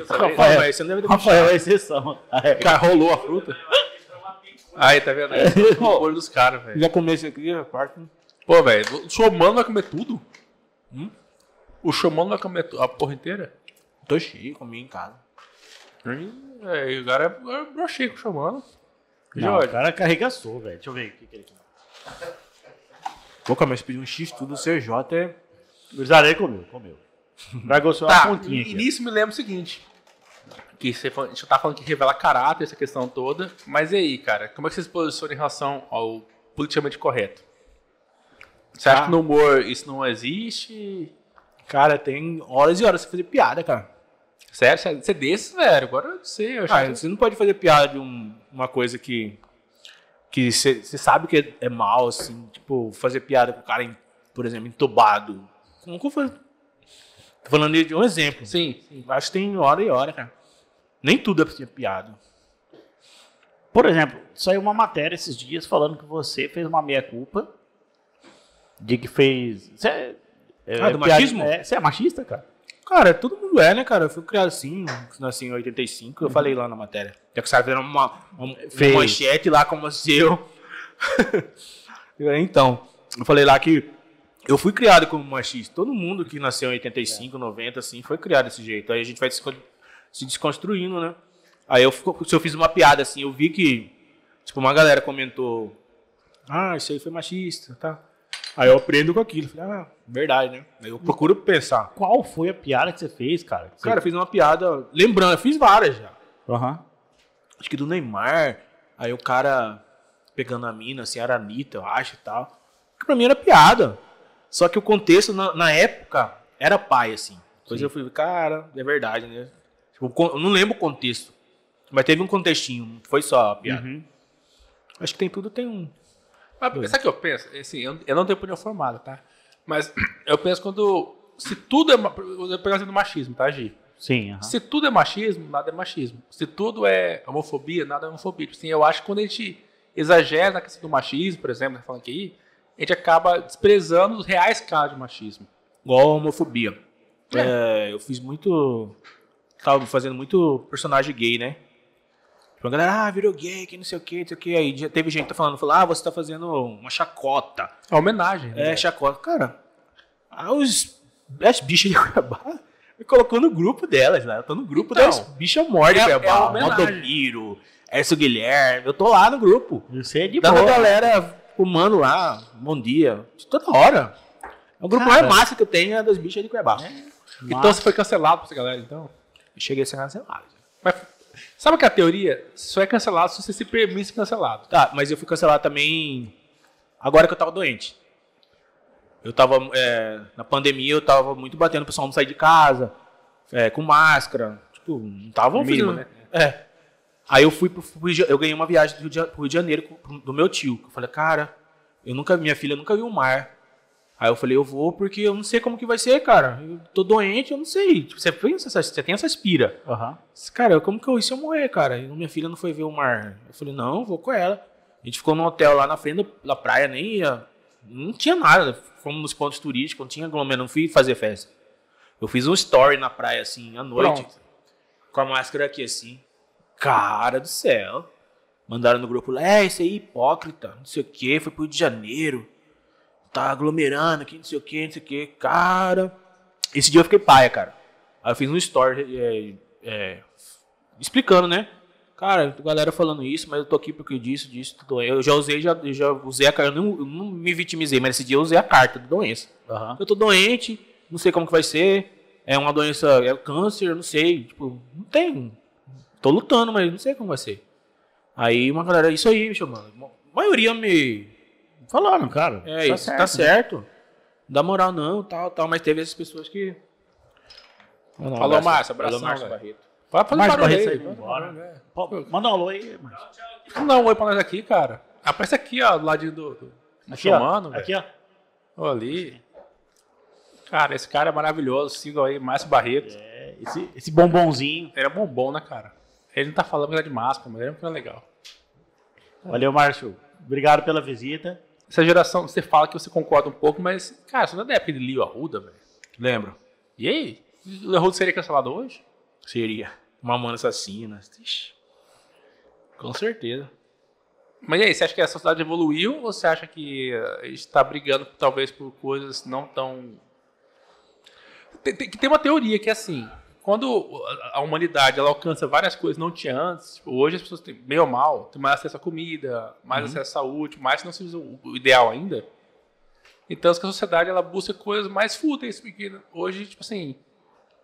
Rafael, você não deve ter Rafael é exceção. Cara, rolou a fruta. Aí, tá vendo? Aí, o olho dos caras, velho. Já comeu isso aqui, parte. Pô, velho, o Xomano vai comer tudo? Hum? O Xomano vai comer tu- a porra inteira? Tô cheio, comi em casa. Hum, É, o cara é- eu brochei com o Xomano. Não, Jorge. o cara carregaçou, velho. Deixa eu ver o que que ele comeu. Pô, cara, mas pedir um X tudo, CJ é. Gurizada, ele comeu, comeu. Vai gostar Tá, uma pontinha e aqui. nisso me lembra o seguinte. Que você fa- a gente tá falando que revela caráter, essa questão toda. Mas e aí, cara? Como é que você se posiciona em relação ao politicamente correto? Você acha Ah. que no humor isso não existe? Cara, tem horas e horas pra fazer piada, cara. Sério? Você- Você é desses, velho? Agora eu não sei. Eu acho Ah, que- você não pode fazer piada de um- uma coisa que. que você você sabe que é, é mal, assim. Tipo, fazer piada com o cara, em- por exemplo, entubado. Como que eu faço? Tô falando de um exemplo. Sim, sim. Acho que tem hora e hora, cara. Nem tudo é pra ser piada. Por exemplo, saiu uma matéria esses dias falando que você fez uma meia-culpa de que fez. Você é, é, Ah, do piada- machismo? é, você é machista, cara? Cara, todo mundo é, né, cara? Eu fui criado assim, nasci em 85, eu falei lá na matéria. Já que os caras fizeram uma, uma, Fez. uma manchete lá como se eu. [LAUGHS] então, eu falei lá que eu fui criado como machista. Todo mundo que nasceu em 85, 90, assim, foi criado desse jeito. Aí a gente vai descon- se desconstruindo, né? Aí eu, fico- se eu fiz uma piada assim, eu vi que, tipo, uma galera comentou: Ah, isso aí foi machista, tá? Aí eu aprendo com aquilo. Falei, ah, verdade, né? Aí eu procuro pensar. Qual foi a piada que você fez, cara? Que você- Cara, eu fiz uma piada. Lembrando, eu fiz várias já. Aham. Acho que do Neymar. Aí o cara pegando a mina, assim, era a Anitta, eu acho e tal. Que pra mim era piada. Só que o contexto, na, na época, era pai, assim. Depois Sim. eu fui, cara, é verdade, né? Tipo, o con- eu não lembro o contexto. Mas teve um contextinho, não foi só a piada. Uhum. Acho que tem tudo, tem um. Mas sabe o que eu penso? Assim, eu, eu não tenho opinião formada, tá? Mas [CLEARS THROAT] eu penso quando. Se tudo é. ma- Eu vou pegar assim do machismo, tá, Gi? Sim, aham. Se tudo é machismo, nada é machismo. Se tudo é homofobia, nada é homofobia. Tipo Assim, eu acho que quando a gente exagera na questão do machismo, por exemplo, né, falando aqui, a gente acaba desprezando os reais casos de machismo. Igual a homofobia. É, eu fiz muito. Tava fazendo muito personagem gay, né? Tipo, a galera, ah, virou gay, que não sei o que, não sei o que. Aí já teve gente que tá falando, falou, ah, você tá fazendo uma chacota. É homenagem. né? É, chacota. Cara, ah, os, as bichas de Cuiabá [LAUGHS] me colocou no grupo delas, né? Eu tô no grupo Então, das bichas mortas é- de é uma Cuiabá. homenagem. Modomiro, Erso Guilherme, eu tô lá no grupo. Você é de Da boa. galera humano lá, bom dia, de toda hora. É o grupo Cara. mais massa que eu tenho é das bichas de Cuiabá. então Mas- você foi cancelado por essa galera, então. Eu cheguei a ser cancelado. Mas, sabe que a teoria só é cancelado se você se permite ser cancelado. Tá, mas eu fui cancelado também agora que eu tava doente. Eu tava, é, na pandemia, eu tava muito batendo o pessoal não sair de casa, é, com máscara. Tipo, não tava Mínimo, né? né? fazendo- É. Aí eu fui pro Rio de, Eu ganhei uma viagem do Rio de, pro Rio de Janeiro com- pro- do meu tio. Eu falei, cara, eu nunca, minha filha nunca viu o mar. Aí eu falei, eu vou porque eu não sei como que vai ser, cara. Eu tô doente, eu não sei. Tipo, você, pensa, essas- você tem essas pira. Aham. Disse, Cara, como que eu isso eu morrer, cara? E minha filha não foi ver o mar. Eu falei, não, vou com ela. A gente ficou num hotel lá na frente da praia, nem ia. Não tinha nada. Fomos nos pontos turísticos, não tinha aglomeração, não fui fazer festa. Eu fiz um story na praia, assim, à noite, Pronto. com a máscara aqui, assim. Cara do céu. Mandaram no grupo lá, é, isso aí é hipócrita, não sei o que, foi pro Rio de Janeiro. Tá aglomerando aqui, não sei o que, não sei o que. Cara. Esse eh, dia eu fiquei paia, cara. Aí eu fiz um story é, é, explicando, né? Cara, galera falando isso, mas eu tô aqui porque disso, disso, tudo. Eu já usei, já, eu já usei a carta. Eu não, eu não me vitimizei, mas esse dia eu usei a carta da doença. Aham. Eu tô doente, não sei como que vai ser. É uma doença, é câncer, não sei. Tipo, não tem. Tô lutando, mas não sei como vai ser. Aí uma galera, isso aí, bicho, mano. A maioria me. Falaram, cara. É isso, tá certo. Não dá moral não, tal, tal. Mas teve essas pessoas que. Não, não, Falou, graças- Márcio. Abração, Falou, Márcio velho. Barreto. Vai fazer Márcio barulho Barreto aí. saiu, vai. embora. É. Pô, Manda um alô aí, mano. Não dá um oi pra nós aqui, cara. Aparece aqui, ó, do ladinho do, do, Tá do Aqui, Xamano, ó. velho. Aqui, ó. Ó, Ali. Cara, esse cara é maravilhoso. Sigam aí, Márcio Barreto. É, esse, esse bombonzinho. Ele é bombom, né, cara? Ele não tá falando que tá de máscara, mas ele é um cara legal. Valeu, Márcio. Obrigado pela visita. Essa geração, você fala que você concorda um pouco, mas, cara, você não é da época de Lio Arruda, velho. Lembro. E aí? Lio Arruda seria cancelado hoje? Seria. Mamãe assassina. Ixi. Com certeza. Mas e aí, você acha que a sociedade evoluiu ou você acha que eh, está brigando talvez por coisas não tão. Tem, tem, tem uma teoria que é assim: quando a- a humanidade ela alcança várias coisas que não tinha antes, tipo, hoje as pessoas têm, bem ou mal, têm mais acesso à comida, mais acesso à saúde, mais que não se usa o o ideal ainda. Então, acho que a sociedade ela busca coisas mais fúteis, porque hoje, tipo assim,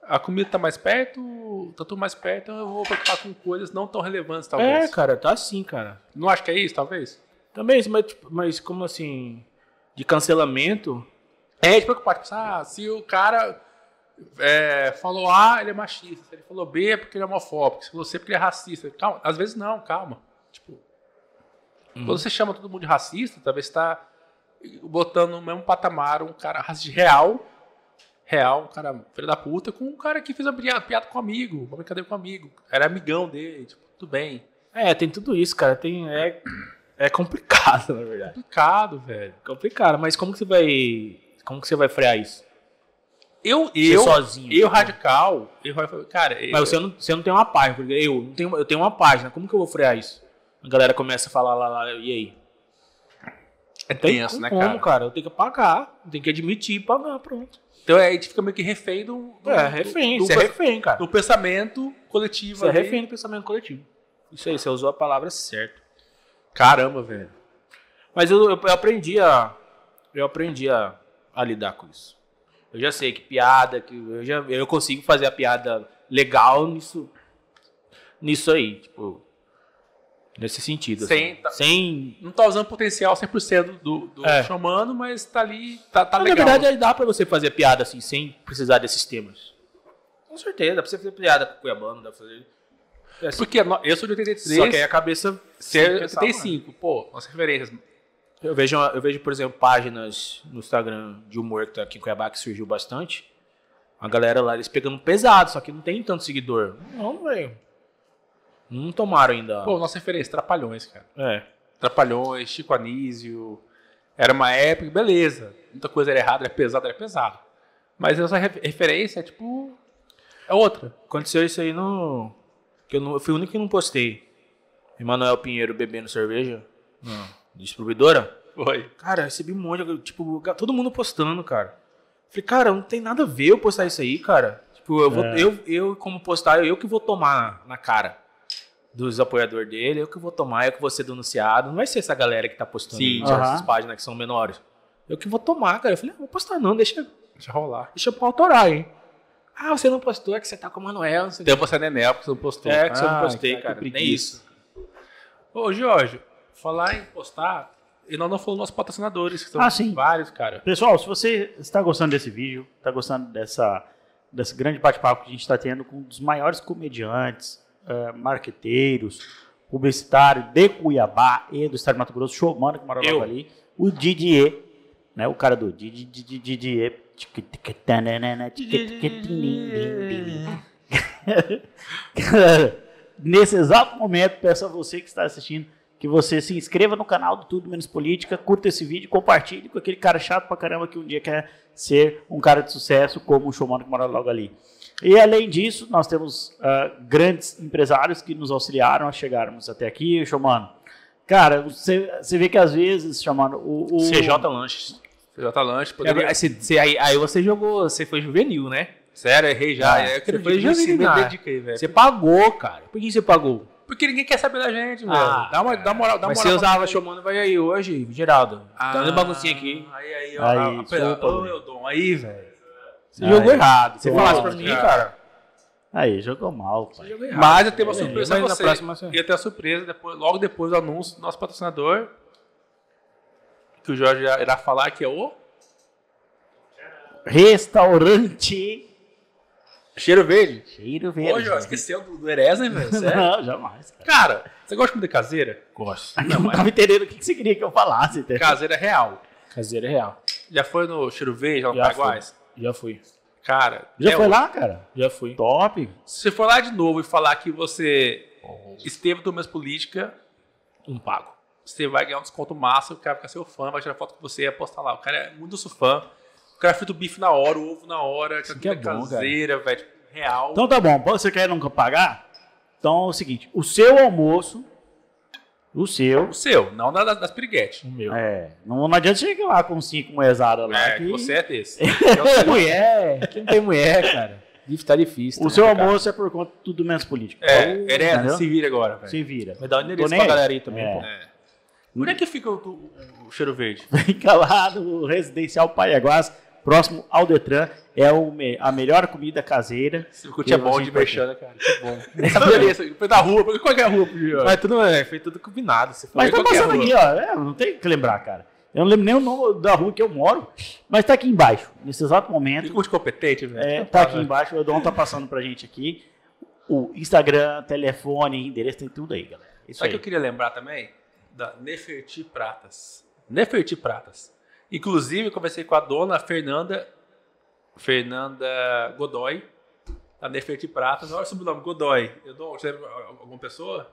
a comida está mais perto, tá tudo mais perto, então eu vou preocupar com coisas não tão relevantes, É, talvez. cara, tá assim, cara. Não acho que é isso, talvez? Também, isso, mas, tipo, mas como assim? De cancelamento? É, de preocupar. Tipo, ah, se o cara é, falou A, ele é machista. Se ele falou B, é porque ele é homofóbico. Se falou C, é porque ele é racista. Calma. Às vezes não, calma. Tipo, quando você chama todo mundo de racista, talvez você tá botando no mesmo patamar um cara racista real, real, um cara filho da puta, com um cara que fez uma piada, piada com um amigo, uma brincadeira com um amigo. Era amigão dele, tipo, tudo bem. É, tem tudo isso, cara. Tem, é, é complicado, [LAUGHS] na verdade. Complicado, velho. Complicado, mas como que você vai. Como que você vai frear isso? Eu, Você eu, sozinho. eu radical, eu, cara, eu, Mas você não, você não tem uma página, porque eu, não tenho, eu tenho uma página, como que eu vou frear isso? A galera começa a falar lá, lá e aí? é Tem tenso, né, como, cara? Eu tenho que pagar, eu tenho que admitir e pagar, pronto. Então aí a gente fica meio que refém do, do, É, do- refém, do, você é do- refém, cara. do pensamento coletivo. Você é ali. refém do pensamento coletivo. Isso aí, você usou a palavra certa. Caramba, velho. Mas eu, eu, eu aprendi a. Eu aprendi a, a lidar com isso. Eu já sei que piada, que eu já eu consigo fazer a piada legal nisso. Nisso aí, tipo. Nesse sentido. Sem assim. ta- Sem. Não tá usando o potencial 100% do, do É. xamano, mas tá ali, tá, tá Mas, legal. Na verdade, é- dá pra você fazer piada assim, sem precisar desses temas. Com certeza, dá pra você fazer piada com o Cuiabano, dá pra fazer. Porque no- eu sou de 83, Só que aí a cabeça. você é Sim, tá pensar, 85. Pô, as referências. Eu vejo, eu vejo, por exemplo, páginas no Instagram de humor que tá aqui em Cuiabá que surgiu bastante. A galera lá, eles pegando pesado, só que não tem tanto seguidor. Não, velho. Não tomaram ainda. Pô, nossa referência, Trapalhões, cara. é. Trapalhões, Chico Anísio. Era uma época, beleza. Muita coisa era errada, era pesado, era pesado. Mas essa re- referência é tipo. É outra. Aconteceu isso aí no. Que eu, não, eu fui o único que não postei. Emanuel Pinheiro bebendo cerveja. Não. Distribuidora? Foi. Cara, eu recebi um monte, eu, tipo, ga- todo mundo postando, cara. Falei, cara, não tem nada a ver eu postar isso aí, cara. Tipo, eu, vou, É. eu, eu como postar, eu que vou tomar na cara dos apoiadores dele, eu que vou tomar, eu que vou ser denunciado. Não vai ser essa galera que tá postando Sim. aí, sabe, Aham. essas páginas que são menores. Eu que vou tomar, cara. Eu falei, ah, vou postar não, deixa, Deixa rolar. deixa pra autorar, hein. Ah, você não postou, é que você tá com o Manuel, não sei o Deu pra ser nenel, porque você não que. postou. É, que você não Ah, postei, que cara. Nem preguiça. isso. Ô, Jorge, falar em postar, e nós não falamos nossos patrocinadores, que são Ah, sim. vários, cara. Pessoal, se você está gostando desse vídeo, está gostando dessa, desse grande bate-papo que a gente está tendo com um dos maiores comediantes, eh, marqueteiros, publicitários de Cuiabá e do estado de Mato Grosso, showmano que mora Eu. logo ali, o Didier, né, o cara do Didi- Didi- Didier. [LAUGHS] Nesse exato momento, peço a você que está assistindo que você se inscreva no canal do Tudo Menos Política, curta esse vídeo, compartilhe com aquele cara chato pra caramba que um dia quer ser um cara de sucesso como o showman que mora logo ali. E além disso, nós temos ah, grandes empresários que nos auxiliaram a chegarmos até aqui, showman. Cara, você você vê que às vezes, chamando o, o CJ Lanches. CJ tá É, Lanche, poderia... Aí, você- aí- aí você jogou, você foi juvenil, né? Sério, errei já. Ah, é, eu você acredito foi nisso, me juvenil, dedica aí, velho. Você pagou, cara. Por que você pagou? Porque ninguém quer saber da gente, velho. Ah, dá, uma, dá moral, dá Mas moral. pra- você usava chamando, vai aí hoje, Geraldo. Tá Ah, dando baguncinha aqui. Aí, aí, ó. Aí, a- a- desculpa, ô, velho. meu dom, aí, velho. Você jogou Aí. errado. Se você Tô falasse pra mal, mim, cara. cara. Aí, jogou mal, pai. Mas eu tenho uma É, surpresa mas pra na você. próxima você- Ia ter uma surpresa depois, logo depois do anúncio do nosso patrocinador. Que o Jorge irá irá falar que é o. Restaurante Cheiro verde. Cheiro Verde. Ô, Jorge, esqueceu do, do Ereza, hein, [LAUGHS] velho? Sério? Não, jamais, cara. Cara, você gosta de comida caseira? Gosto. Eu não tava entendendo o que que você queria que eu falasse. entendeu? Caseira é real. Caseira é real. Já foi no Cheiro Verde, lá no Já Paraguai? Já fui. Cara, Já é foi o- lá, cara? Já fui. Top. se você for lá de novo e falar que você esteve do mês política, Um pago. você vai ganhar um desconto massa, o cara fica seu fã, vai tirar foto com você e postar lá. O cara é muito seu fã. O cara frita o bife na hora, o ovo na hora, Isso com a que é comida bom, cara. caseira, velho, tipo, real. Então tá bom, você quer nunca pagar? Então é o seguinte, o seu almoço, o seu, o seu, não da- da- das piriguetes. O meu. é, não, não adianta chegar lá com cinco moezadas lá. É, que que você é [LAUGHS] [LAUGHS] desse. é o seu. Mulher. Quem tem mulher, cara? Bife tá difícil. O seu almoço é por conta de tudo menos político. É, Ou- hereda, entendeu? se vira agora, velho. Se vira. Me dá o Tô endereço nem pra aí. galera aí É, também, É. pô. Onde é que fica o, o- o cheiro [LAUGHS] verde? Fica lá no Residencial Paiaguás, próximo ao Detran. É o me- a melhor comida caseira. Se curtir é Eu bom achei de que merchan, né, cara? Que bom. Essa beleza, foi da rua, qual que é a rua, Jorge? Mas tudo, é, foi tudo combinado. Então, Você Mas tá falou, qual que é a passando rua? aqui, ó. É, não tem o que lembrar, cara. Eu não lembro nem o nome da rua que eu moro, mas tá aqui embaixo. Nesse exato Ele momento, curte competente, velho. É, tá aqui embaixo, o Edon tá passando pra gente aqui. O Instagram, telefone, endereço, tem tudo aí, galera. Isso Sabe aí. o que eu queria lembrar também? Da Neferti Pratas. Neferti Pratas. Inclusive, eu conversei com a dona Fernanda. Fernanda Godoy. Da Neferti Pratas. Olha o sobrenome, Godoy. Eu dou, você lembra alguma pessoa?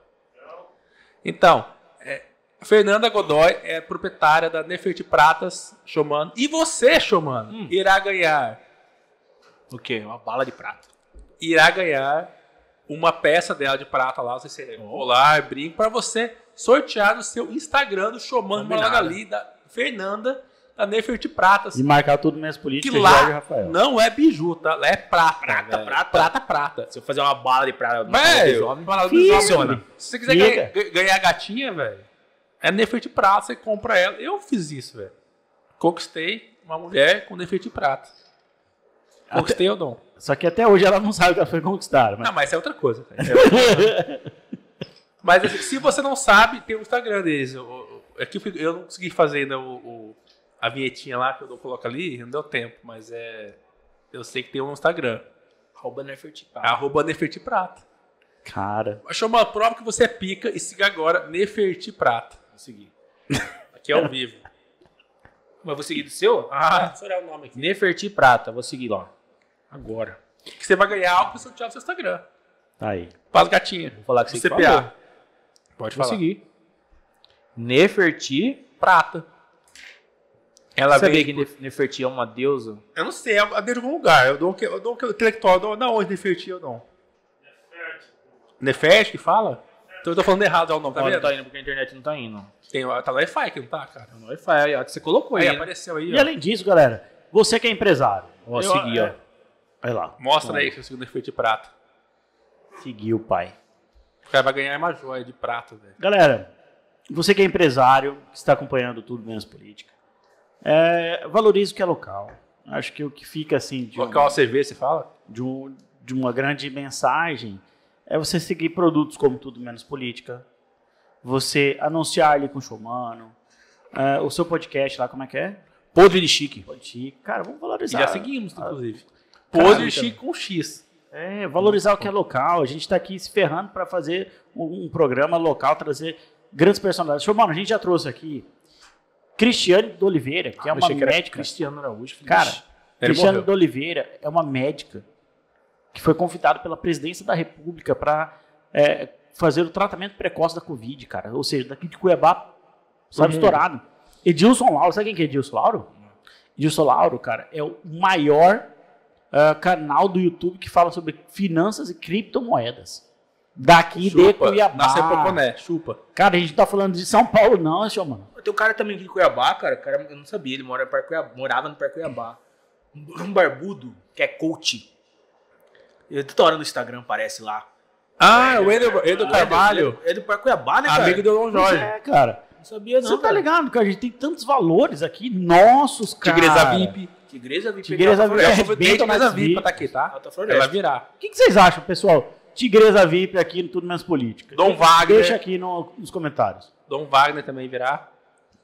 Então, é, Fernanda Godoy é proprietária da Neferti Pratas, Xomano. E você, Xomano, Hum. irá ganhar. O quê? Uma bala de prata. Irá ganhar uma peça dela de prata lá, não sei se é colar, brinco, para você sortear no seu Instagram do Xomano Combinado. Malagali, da Fernanda, da Neferti Pratas. E marcar tudo menos Que política, Jorge lá Rafael. não é biju, tá? Lá é prata. Prata, velho. prata. prata, prata. Se eu fazer uma bala de prata no Velho, falando dos Fica. homens, né? se você quiser Fica. ganhar, ga- ganhar a gatinha, velho, é Neferti Prata, você compra ela. Eu fiz isso, velho. Conquistei uma mulher com Neferti Prata. Conquistei o dom. Só que até hoje ela não sabe que ela foi conquistada. Mas... Não, mas isso é outra coisa. velho. Mas assim, se você não sabe, tem o Instagram deles. O- o- é que Eu, fico- eu não consegui fazer ainda o, o- a vinhetinha lá que eu coloco ali, não deu tempo, mas é. Eu sei que tem um Instagram. Rouba Neferti prata. Arroba Neferti Prata. Cara, Achou uma prova que você é pica e siga agora Neferti Prata. Vou seguir. Aqui é ao [LAUGHS] vivo. Mas vou seguir do seu? Ah, deixa eu olhar o nome aqui. Neferti prata. Vou seguir lá. Agora. Que você vai ganhar algo que sortear no seu Instagram. tá aí. Faz gatinha. Vou falar que você que falou. CPA. Pode Vou falar. seguir. Neferti. Prata. Ela Ela Sabia veio. que Nef- Neferti é uma deusa? Eu não sei, é de algum lugar. Eu dou o que eu dou o que eu- intelectual, eu dou da onde Neferti eu não. Neferti que fala? Então eu tô falando errado é o nome, tá Ó, vendo? não tá indo porque a internet não tá indo. Tem, tá no Wi-Fi que não tá, cara. No Wi-Fi, aí, ó, que você colocou aí. Aí né? apareceu aí, E ó. além disso, galera, você que é empresário. Ó, Eu- seguir, é. ó. Vai lá. Mostra aí seu segundo Neferti prata. Seguiu, pai. O cara vai ganhar é uma joia de prata, velho. Galera, você que é empresário, que está acompanhando tudo menos política, é, valorize o que é local. Acho que o que fica assim de um- Local CV, você fala? de, um- de uma grande mensagem é você seguir produtos como Tudo Menos Política, você anunciar ele com o showmano, é, o seu podcast lá, como é que é? Podre de chique. Podcast. Cara, vamos E valorizar. já seguimos, inclusive. Caralho, Pose X com X. É, valorizar o que é local. A gente está aqui se ferrando para fazer um, um programa local, trazer grandes personalidades. Showmano, a gente já trouxe aqui Cristiane de Oliveira, Ah, que é uma médica. Cristiano Araújo. falei, Cara, "Ixi, Ele Cristiano morreu. de Oliveira é uma médica que foi convidada pela presidência da República para fazer o tratamento precoce da Covid, cara. Ou seja, daqui de Cuiabá, sabe, Uhum. estourado. Edilson Lauro, sabe quem que é Edilson Lauro? Edilson Lauro, cara, é o maior ah, canal do YouTube que fala sobre finanças e criptomoedas. Daqui de Cuiabá. Nasceu Poconé, chupa. Cara, a gente não tá falando de São Paulo, não, né, senhor, mano. Tem um cara também aqui de Cuiabá, cara. o cara eu não sabia, ele mora no Parque Cuiabá, morava no Parque Cuiabá. é Um um barbudo, que é coach. Eu toda hora no Instagram aparece lá. Ah, o Edo, Edo Carvalho, É do Parque Cuiabá, né, cara? amigo do Dom Pois Jorge. é, cara. Não sabia, não. Você tá cara. ligado, cara? A gente tem tantos valores aqui. Nossos, cara. Tigresa VIP. Tigresa VIP. Tigresa Alta VIP. Floresta. É, arrebenta Tigresa mais VIP pra VIP. tá aqui, tá? Alta Ela vai Floresta. virar. O que, que vocês acham, pessoal? Tigresa VIP aqui no Tudo Menos Política. Dom Wagner. Deixa aqui no- nos comentários. Dom Wagner também virá.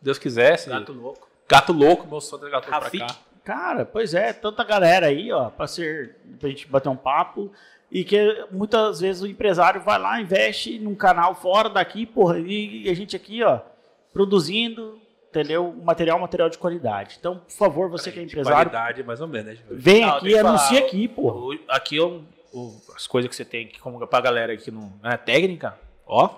Deus quisesse. Gato louco. Gato louco, meu sonho é gato louco pra Rafik. cá. Cara, pois é, tanta galera aí, ó, pra ser, pra gente bater um papo, e que muitas vezes o empresário vai lá, investe num canal fora daqui, porra, e, e a gente aqui, ó, produzindo, entendeu? Um Material, um material de qualidade. Então, por favor, você que é De empresário, Qualidade, mais ou menos, né, Gilberto? vem Não, aqui deixa e eu anuncia falar, aqui, porra. O- Aqui é um- o- as coisas que você tem aqui, como pra galera aqui no, na técnica, ó.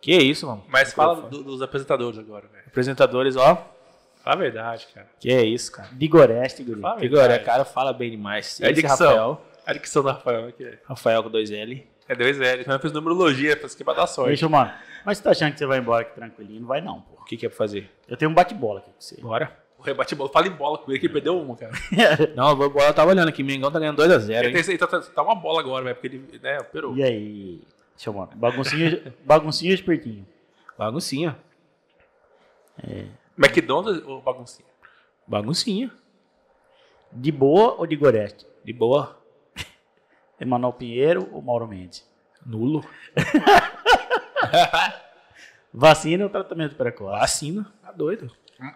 Que isso, mano. Mas fala Microfone. do- dos apresentadores agora, velho. Apresentadores, ó. Fala a verdade, cara. Que é isso, cara. Digoreste, guri. Fala a Figura, verdade. cara, fala bem demais. É Esse dicção. Rafael. A dicção do Rafael aqui é- Rafael com dois L. é 2L. Também fez numerologia, pra esquema da sorte. Deixa, mano. Mas você tá achando que você vai embora aqui tranquilinho? Não vai não, O porra. que, que é pra fazer? Eu tenho um bate-bola aqui com você. [LAUGHS] Bora. O rebate bola, fala em bola com ele, que ele perdeu uma, cara. Não, vou- bora. Eu tava olhando aqui. Mengão tá ganhando 2x0, Ele, hein? tem, ele tá, tá- tá uma bola agora, velho, porque ele, né, operou. E aí? Deixa, eu, mano. Baguncinha, baguncinha de pertinho. Baguncinha. McDonald's ou baguncinha? Baguncinha. De boa ou de goreste? De boa. Emanuel Pinheiro ou Mauro Mendes? Nulo. Vacina ou tratamento precoce? Assina. Tá doido.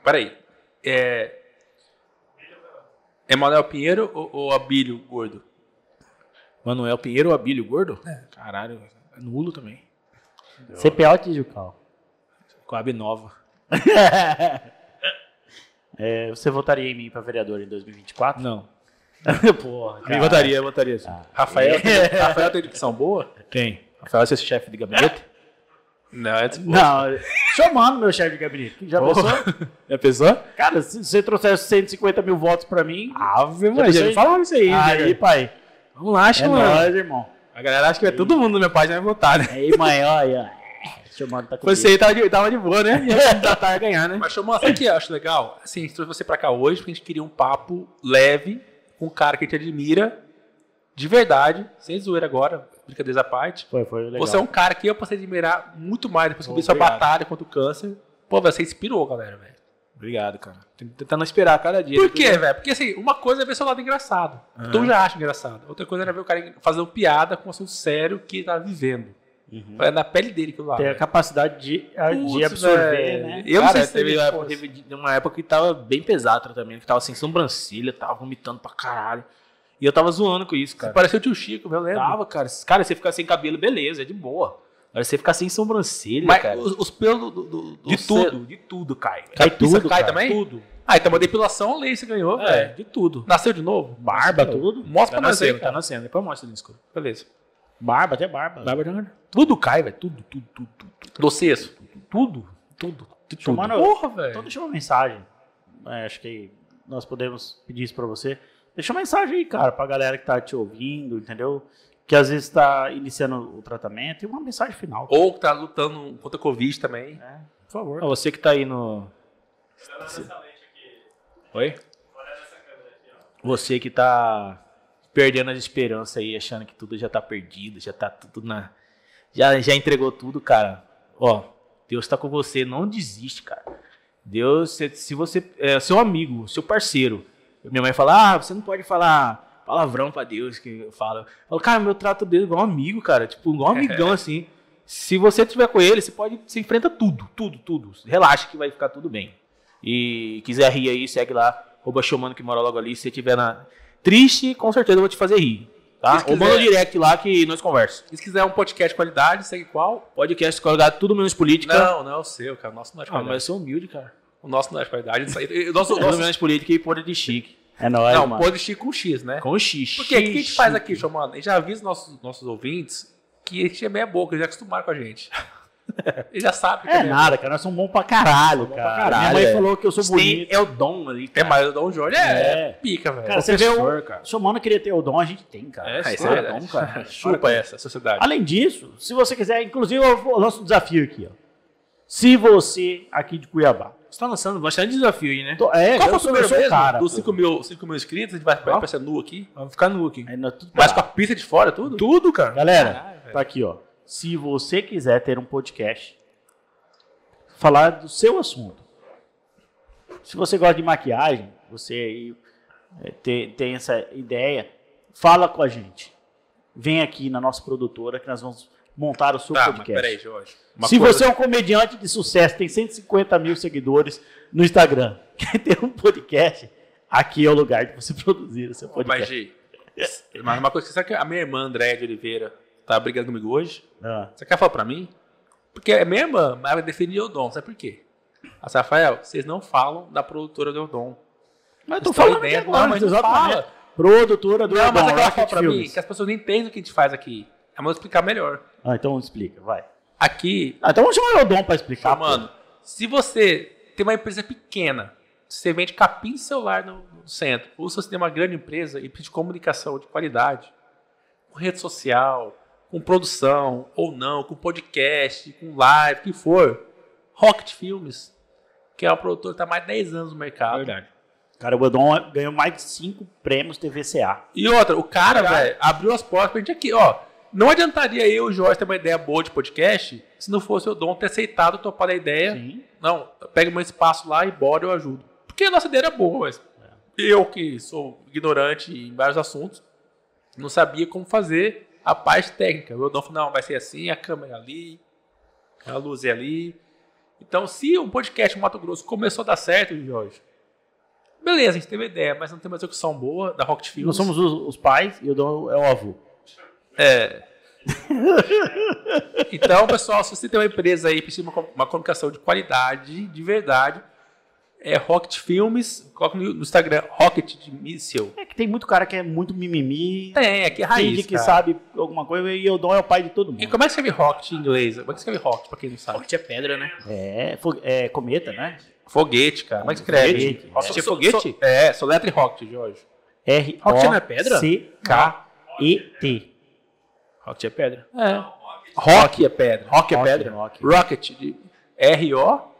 Peraí. É. Emanuel Pinheiro ou, ou Abílio Gordo? Manuel Pinheiro ou Abílio Gordo? Caralho. Nulo também. CPA ou Tijucal? Com a AB Nova. [LAUGHS] É, você votaria em mim pra vereador em 2024? Não. [LAUGHS] Ah. Porra, cara. Eu votaria, eu votaria. sim. Rafael, tem, [LAUGHS] Rafael tem dicção boa? Tem. Rafael, você é chefe de gabinete? Não, é desboa. Não, chamando meu chefe de gabinete. Já pensou? Já pensou? Cara, se você trouxer 150 mil votos pra mim, Ave Maria, Já me falaram isso Ah, aí. aí, né? pai. Vamos lá, É chama. nóis, irmão. a galera acha que é todo mundo na minha página vai votar, né? É Aí, mãe, olha. Chamando tá comigo. Você aí tava de, tava de boa, né? assim, E tá, da tarde ganhar, né? Mas, Xamã, sabe o que eu acho legal? Assim, a gente trouxe você pra cá hoje porque a gente queria um papo leve com um cara que a gente admira de verdade, sem zoeira agora, brincadeiras à parte. Foi, foi legal. Você é um cara que eu passei a admirar muito mais depois que eu vi sua Obrigado. batalha contra o câncer. Pô, velho, você inspirou, galera, velho. [LAUGHS] Obrigado, cara. Tem que tentar não esperar cada dia. Por quê, velho? Porque assim, uma coisa é ver seu lado engraçado. Aham. Tu já acha engraçado. Outra coisa era ver o cara fazendo piada com um assunto sério que ele tá vivendo. Uhum. É na pele dele que eu lá. Tem a velho. capacidade de, a- de Putz, absorver, velho. né? Eu não sei se teve, teve uma época, força. teve uma época que tava bem pesado o tratamento, que tava sem sobrancelha, tava vomitando pra caralho. E eu tava zoando com isso, Você cara. pareceu o tio Chico, eu lembro. Tava, cara. Cara, você ficar sem cabelo, beleza, é de boa. Agora você ficar sem sobrancelha, Mas cara. os, os pelos do, do- do- De do tudo, de tudo cai. Cai Capiça tudo, cai cara. também? Tudo. Ah, então uma depilação lei você ganhou, É, velho. de tudo. Nasceu de novo? Barba, Nasceu. tudo. Mostra tá pra nós aí, nascendo, tá cara. nascendo. Depois mostra ali, desculpa. Beleza. Barba, até barba. Barba de uma- Tudo cai, velho. Tudo, tudo, tudo, tudo. Doceço. Tudo, tudo, de tudo. Mano, Porra, Então velho. deixa uma mensagem. É, acho que nós podemos pedir isso pra você. Deixa uma mensagem aí, cara, pra galera que tá te ouvindo, entendeu? Que às vezes tá iniciando o tratamento. E uma mensagem final. Ou que tá lutando contra a Covid também. né? Por favor. Ó, você que tá aí no. Oi? Você que tá perdendo as esperanças aí, achando que tudo já tá perdido, já tá tudo na. Já, já entregou tudo, cara. Ó, Deus tá com você, não desiste, cara. Deus, se, se você. É seu amigo, seu parceiro. Minha mãe fala, ah, você não pode falar palavrão pra Deus que eu falo. Eu falo, cara, meu trato dele igual um amigo, cara. Tipo, igual [LAUGHS] um amigão assim. Se você tiver com ele, você pode. Você enfrenta tudo, tudo, tudo. Relaxa que vai ficar tudo bem. E quiser rir aí, segue lá. Arroba Xomano que mora logo ali. Se você tiver na. Triste, com certeza eu vou te fazer rir. Tá? Se Ou quiser- manda um direct lá que nós conversamos. E se quiser um podcast de qualidade, segue qual? Podcast colocado tudo menos política. Não, não é o seu, cara. O nosso não é de Ah, qualidade. mas eu sou humilde, cara. O nosso não é de qualidade. Isso aí- O [LAUGHS] nosso, o Tudo nosso... menos política e poder de chique. É nóis, Não, mano. pode Chico com X, né? Com xixi. Porque o que a gente faz aqui, chamando? A gente já avisa nossos, nossos ouvintes que a gente é meia boca, eles já acostumaram com a gente. Eles já sabem que É meia nada, cara. Nós somos bons pra caralho, pra cara. caralho, Minha mãe é. falou que eu sou bonito. é o dom ali. Tem mais o Dom Jorge. É, É. pica, velho. Cara, você vê o... cara. Seu mano queria ter o dom, a gente tem, cara. É, Ah, isso isso é é o dom, verdade. [LAUGHS] cara. Chupa essa sociedade. Além disso, se você quiser, inclusive o o nosso um desafio aqui, ó. Se você, aqui de Cuiabá... Você tá lançando bastante desafio aí, né? Tô- É, eu Qual foi o sou- primeiro eu sou mesmo? cara, Dos pô. 5 mil, 5 mil inscritos, a gente vai Qual? vai pra ser nu aqui. Vai ficar nu aqui. Aí nós É, tudo Mas parado. com a pista de fora, tudo? Tudo, cara. Galera, Caralho, velho. Tá aqui, ó. Se você quiser ter um podcast, falar do seu assunto. Se você gosta de maquiagem, você aí é, tem, tem essa ideia, fala com a gente. Vem aqui na nossa produtora que nós vamos montar o seu Tá, mas podcast. peraí, Jorge. Uma Se coisa- você é um comediante de sucesso, tem 150 mil seguidores no Instagram, [LAUGHS] quer ter um podcast, aqui é o lugar de você [LAUGHS] produzir o seu Mas, podcast. Gi, mas uma coisa, sabe que a minha irmã, Andréia de Oliveira, tá brigando comigo hoje? Ah, Você quer falar pra mim? Porque é minha irmã, mas ela defendia o Dom. Sabe por quê? Ela disse, Rafael, vocês não falam da produtora do Dom. mas eu Vocês tô estão falando aí aqui dentro, agora, não, mas não exatamente. fala. Produtora do Não, mas Edom, é que ela fala Rocket pra mim Filmes. que as pessoas não entendem o que a gente faz aqui. É melhor explicar melhor. Ah, então explica, vai. Aqui, Ah, então vamos chamar o Edom pra explicar. pô. mano, se você tem uma empresa pequena, você vende capim celular no no centro, ou se você tem uma grande empresa e precisa de comunicação de qualidade, com rede social, com produção ou não, com podcast, com live, o que for, Rocket Filmes, que é uma produtora que está há mais de 10 anos no mercado. Verdade. Cara, o Edom ganhou mais de 5 prêmios TVCA. E outra, o cara, Caralho. velho, abriu as portas pra gente aqui, ó. Não adiantaria eu e o Jorge ter uma ideia boa de podcast se não fosse o Dom ter aceitado topar a ideia. Sim. Não, pega meu espaço lá e bora, eu ajudo. Porque a nossa ideia era boa, mas eu que sou ignorante em vários assuntos, não sabia como fazer a parte técnica. O Rodolfo, não, vai ser assim, a câmera é ali, a luz é ali. Então, se o podcast Mato Grosso começou a dar certo, Jorge, beleza, a gente teve ideia, mas não tem uma execução boa da Rocket Nós Films. somos os, os pais e o Edom é o avô. Então, pessoal, se você tem uma empresa aí, precisa de uma, com- uma comunicação de qualidade, de verdade, é Rocket Filmes, coloca no no Instagram, Rocket de Missile. É que tem muito cara que é muito mimimi. Tem, aqui é raiz, finge que cara. sabe alguma coisa e o Edom é o pai de todo E mundo. como é que escreve Rocket em inglês? Como é que escreve Rocket, pra quem não sabe? Rocket é pedra, né? É, fo- é cometa, né? Foguete, cara. Como é que escreve? Foguete. Rocket É. é foguete? So- é, soletra e Rocket, Jorge. R Rocket não é O pedra? C K E T. Rocket é pedra. É. Rock é pedra. Rock é Rock, pedra. rock. Rocket de R-O.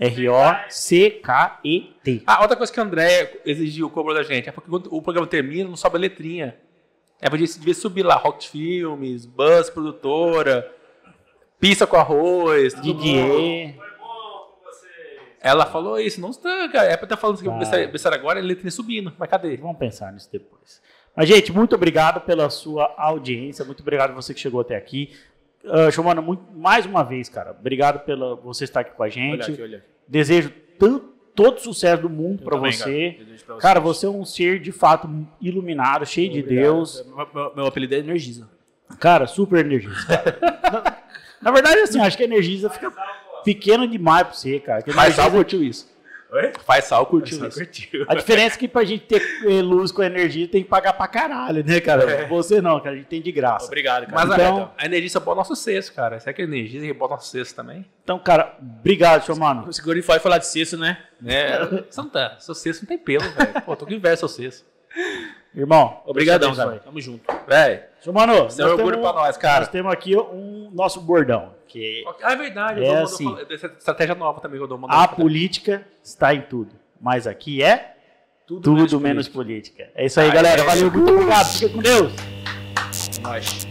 R O C K E T. Ah, outra coisa que a André exigiu, cobrou da gente, é porque quando o programa termina, não sobe a letrinha. É, podia, devia subir lá, Rocket Filmes, Buzz Produtora, Pizza com Arroz, tudo bom. Didier. Ela falou isso, não está, cara. É pra estar falando isso Ah. que eu pensar agora, a letrinha subindo. Mas cadê? Vamos pensar nisso depois. Mas, gente, muito obrigado pela sua audiência. Muito obrigado você que chegou até aqui. Ah, Giovana, muito, mais uma vez, cara, obrigado pela você estar aqui com a Olha gente. aqui, olha aqui. Desejo tanto, todo sucesso do mundo para também, você. Cara, Desejo pra Cara. você você. é um ser de fato iluminado, cheio de Obrigado. Deus. Meu, meu- meu apelido é Energiza. Cara, super energiza. cara. na, [LAUGHS] na verdade, assim, acho que a energiza fica pequena demais pra você, cara. Que Faz Energisa- sal curtiu isso. Oi? Faz sal curtiu isso. Curtiu. A diferença é que pra gente ter eh, luz com energia tem que pagar pra caralho, né, cara? É. Você não, cara, a gente tem de graça. Obrigado, cara. Mas a- Então- a, energia só bota nosso cesto, cara. Será que a energia que bota nosso cesto também? Então, cara, obrigado, seu mano. O Seguro foi falar de cesto, né? É, [LAUGHS] você não tá. Seu cesto não tem pelo, velho. Pô, tô com inveja seu cesto. Irmão, Obrigadão, Deus te cara. abençoe. Tamo junto. Velho, Seu mano, nós isso é um orgulho pra temos, nós, cara. nós temos aqui um nosso bordão, que Ah, é verdade. É o Dom mandou assim. falar- Essa estratégia nova também que o Dom mandou. a política está em tudo, mas aqui é tudo, menos política. É isso aí, Ah, galera. é. Valeu, muito obrigado. Fica com Deus. É nóis.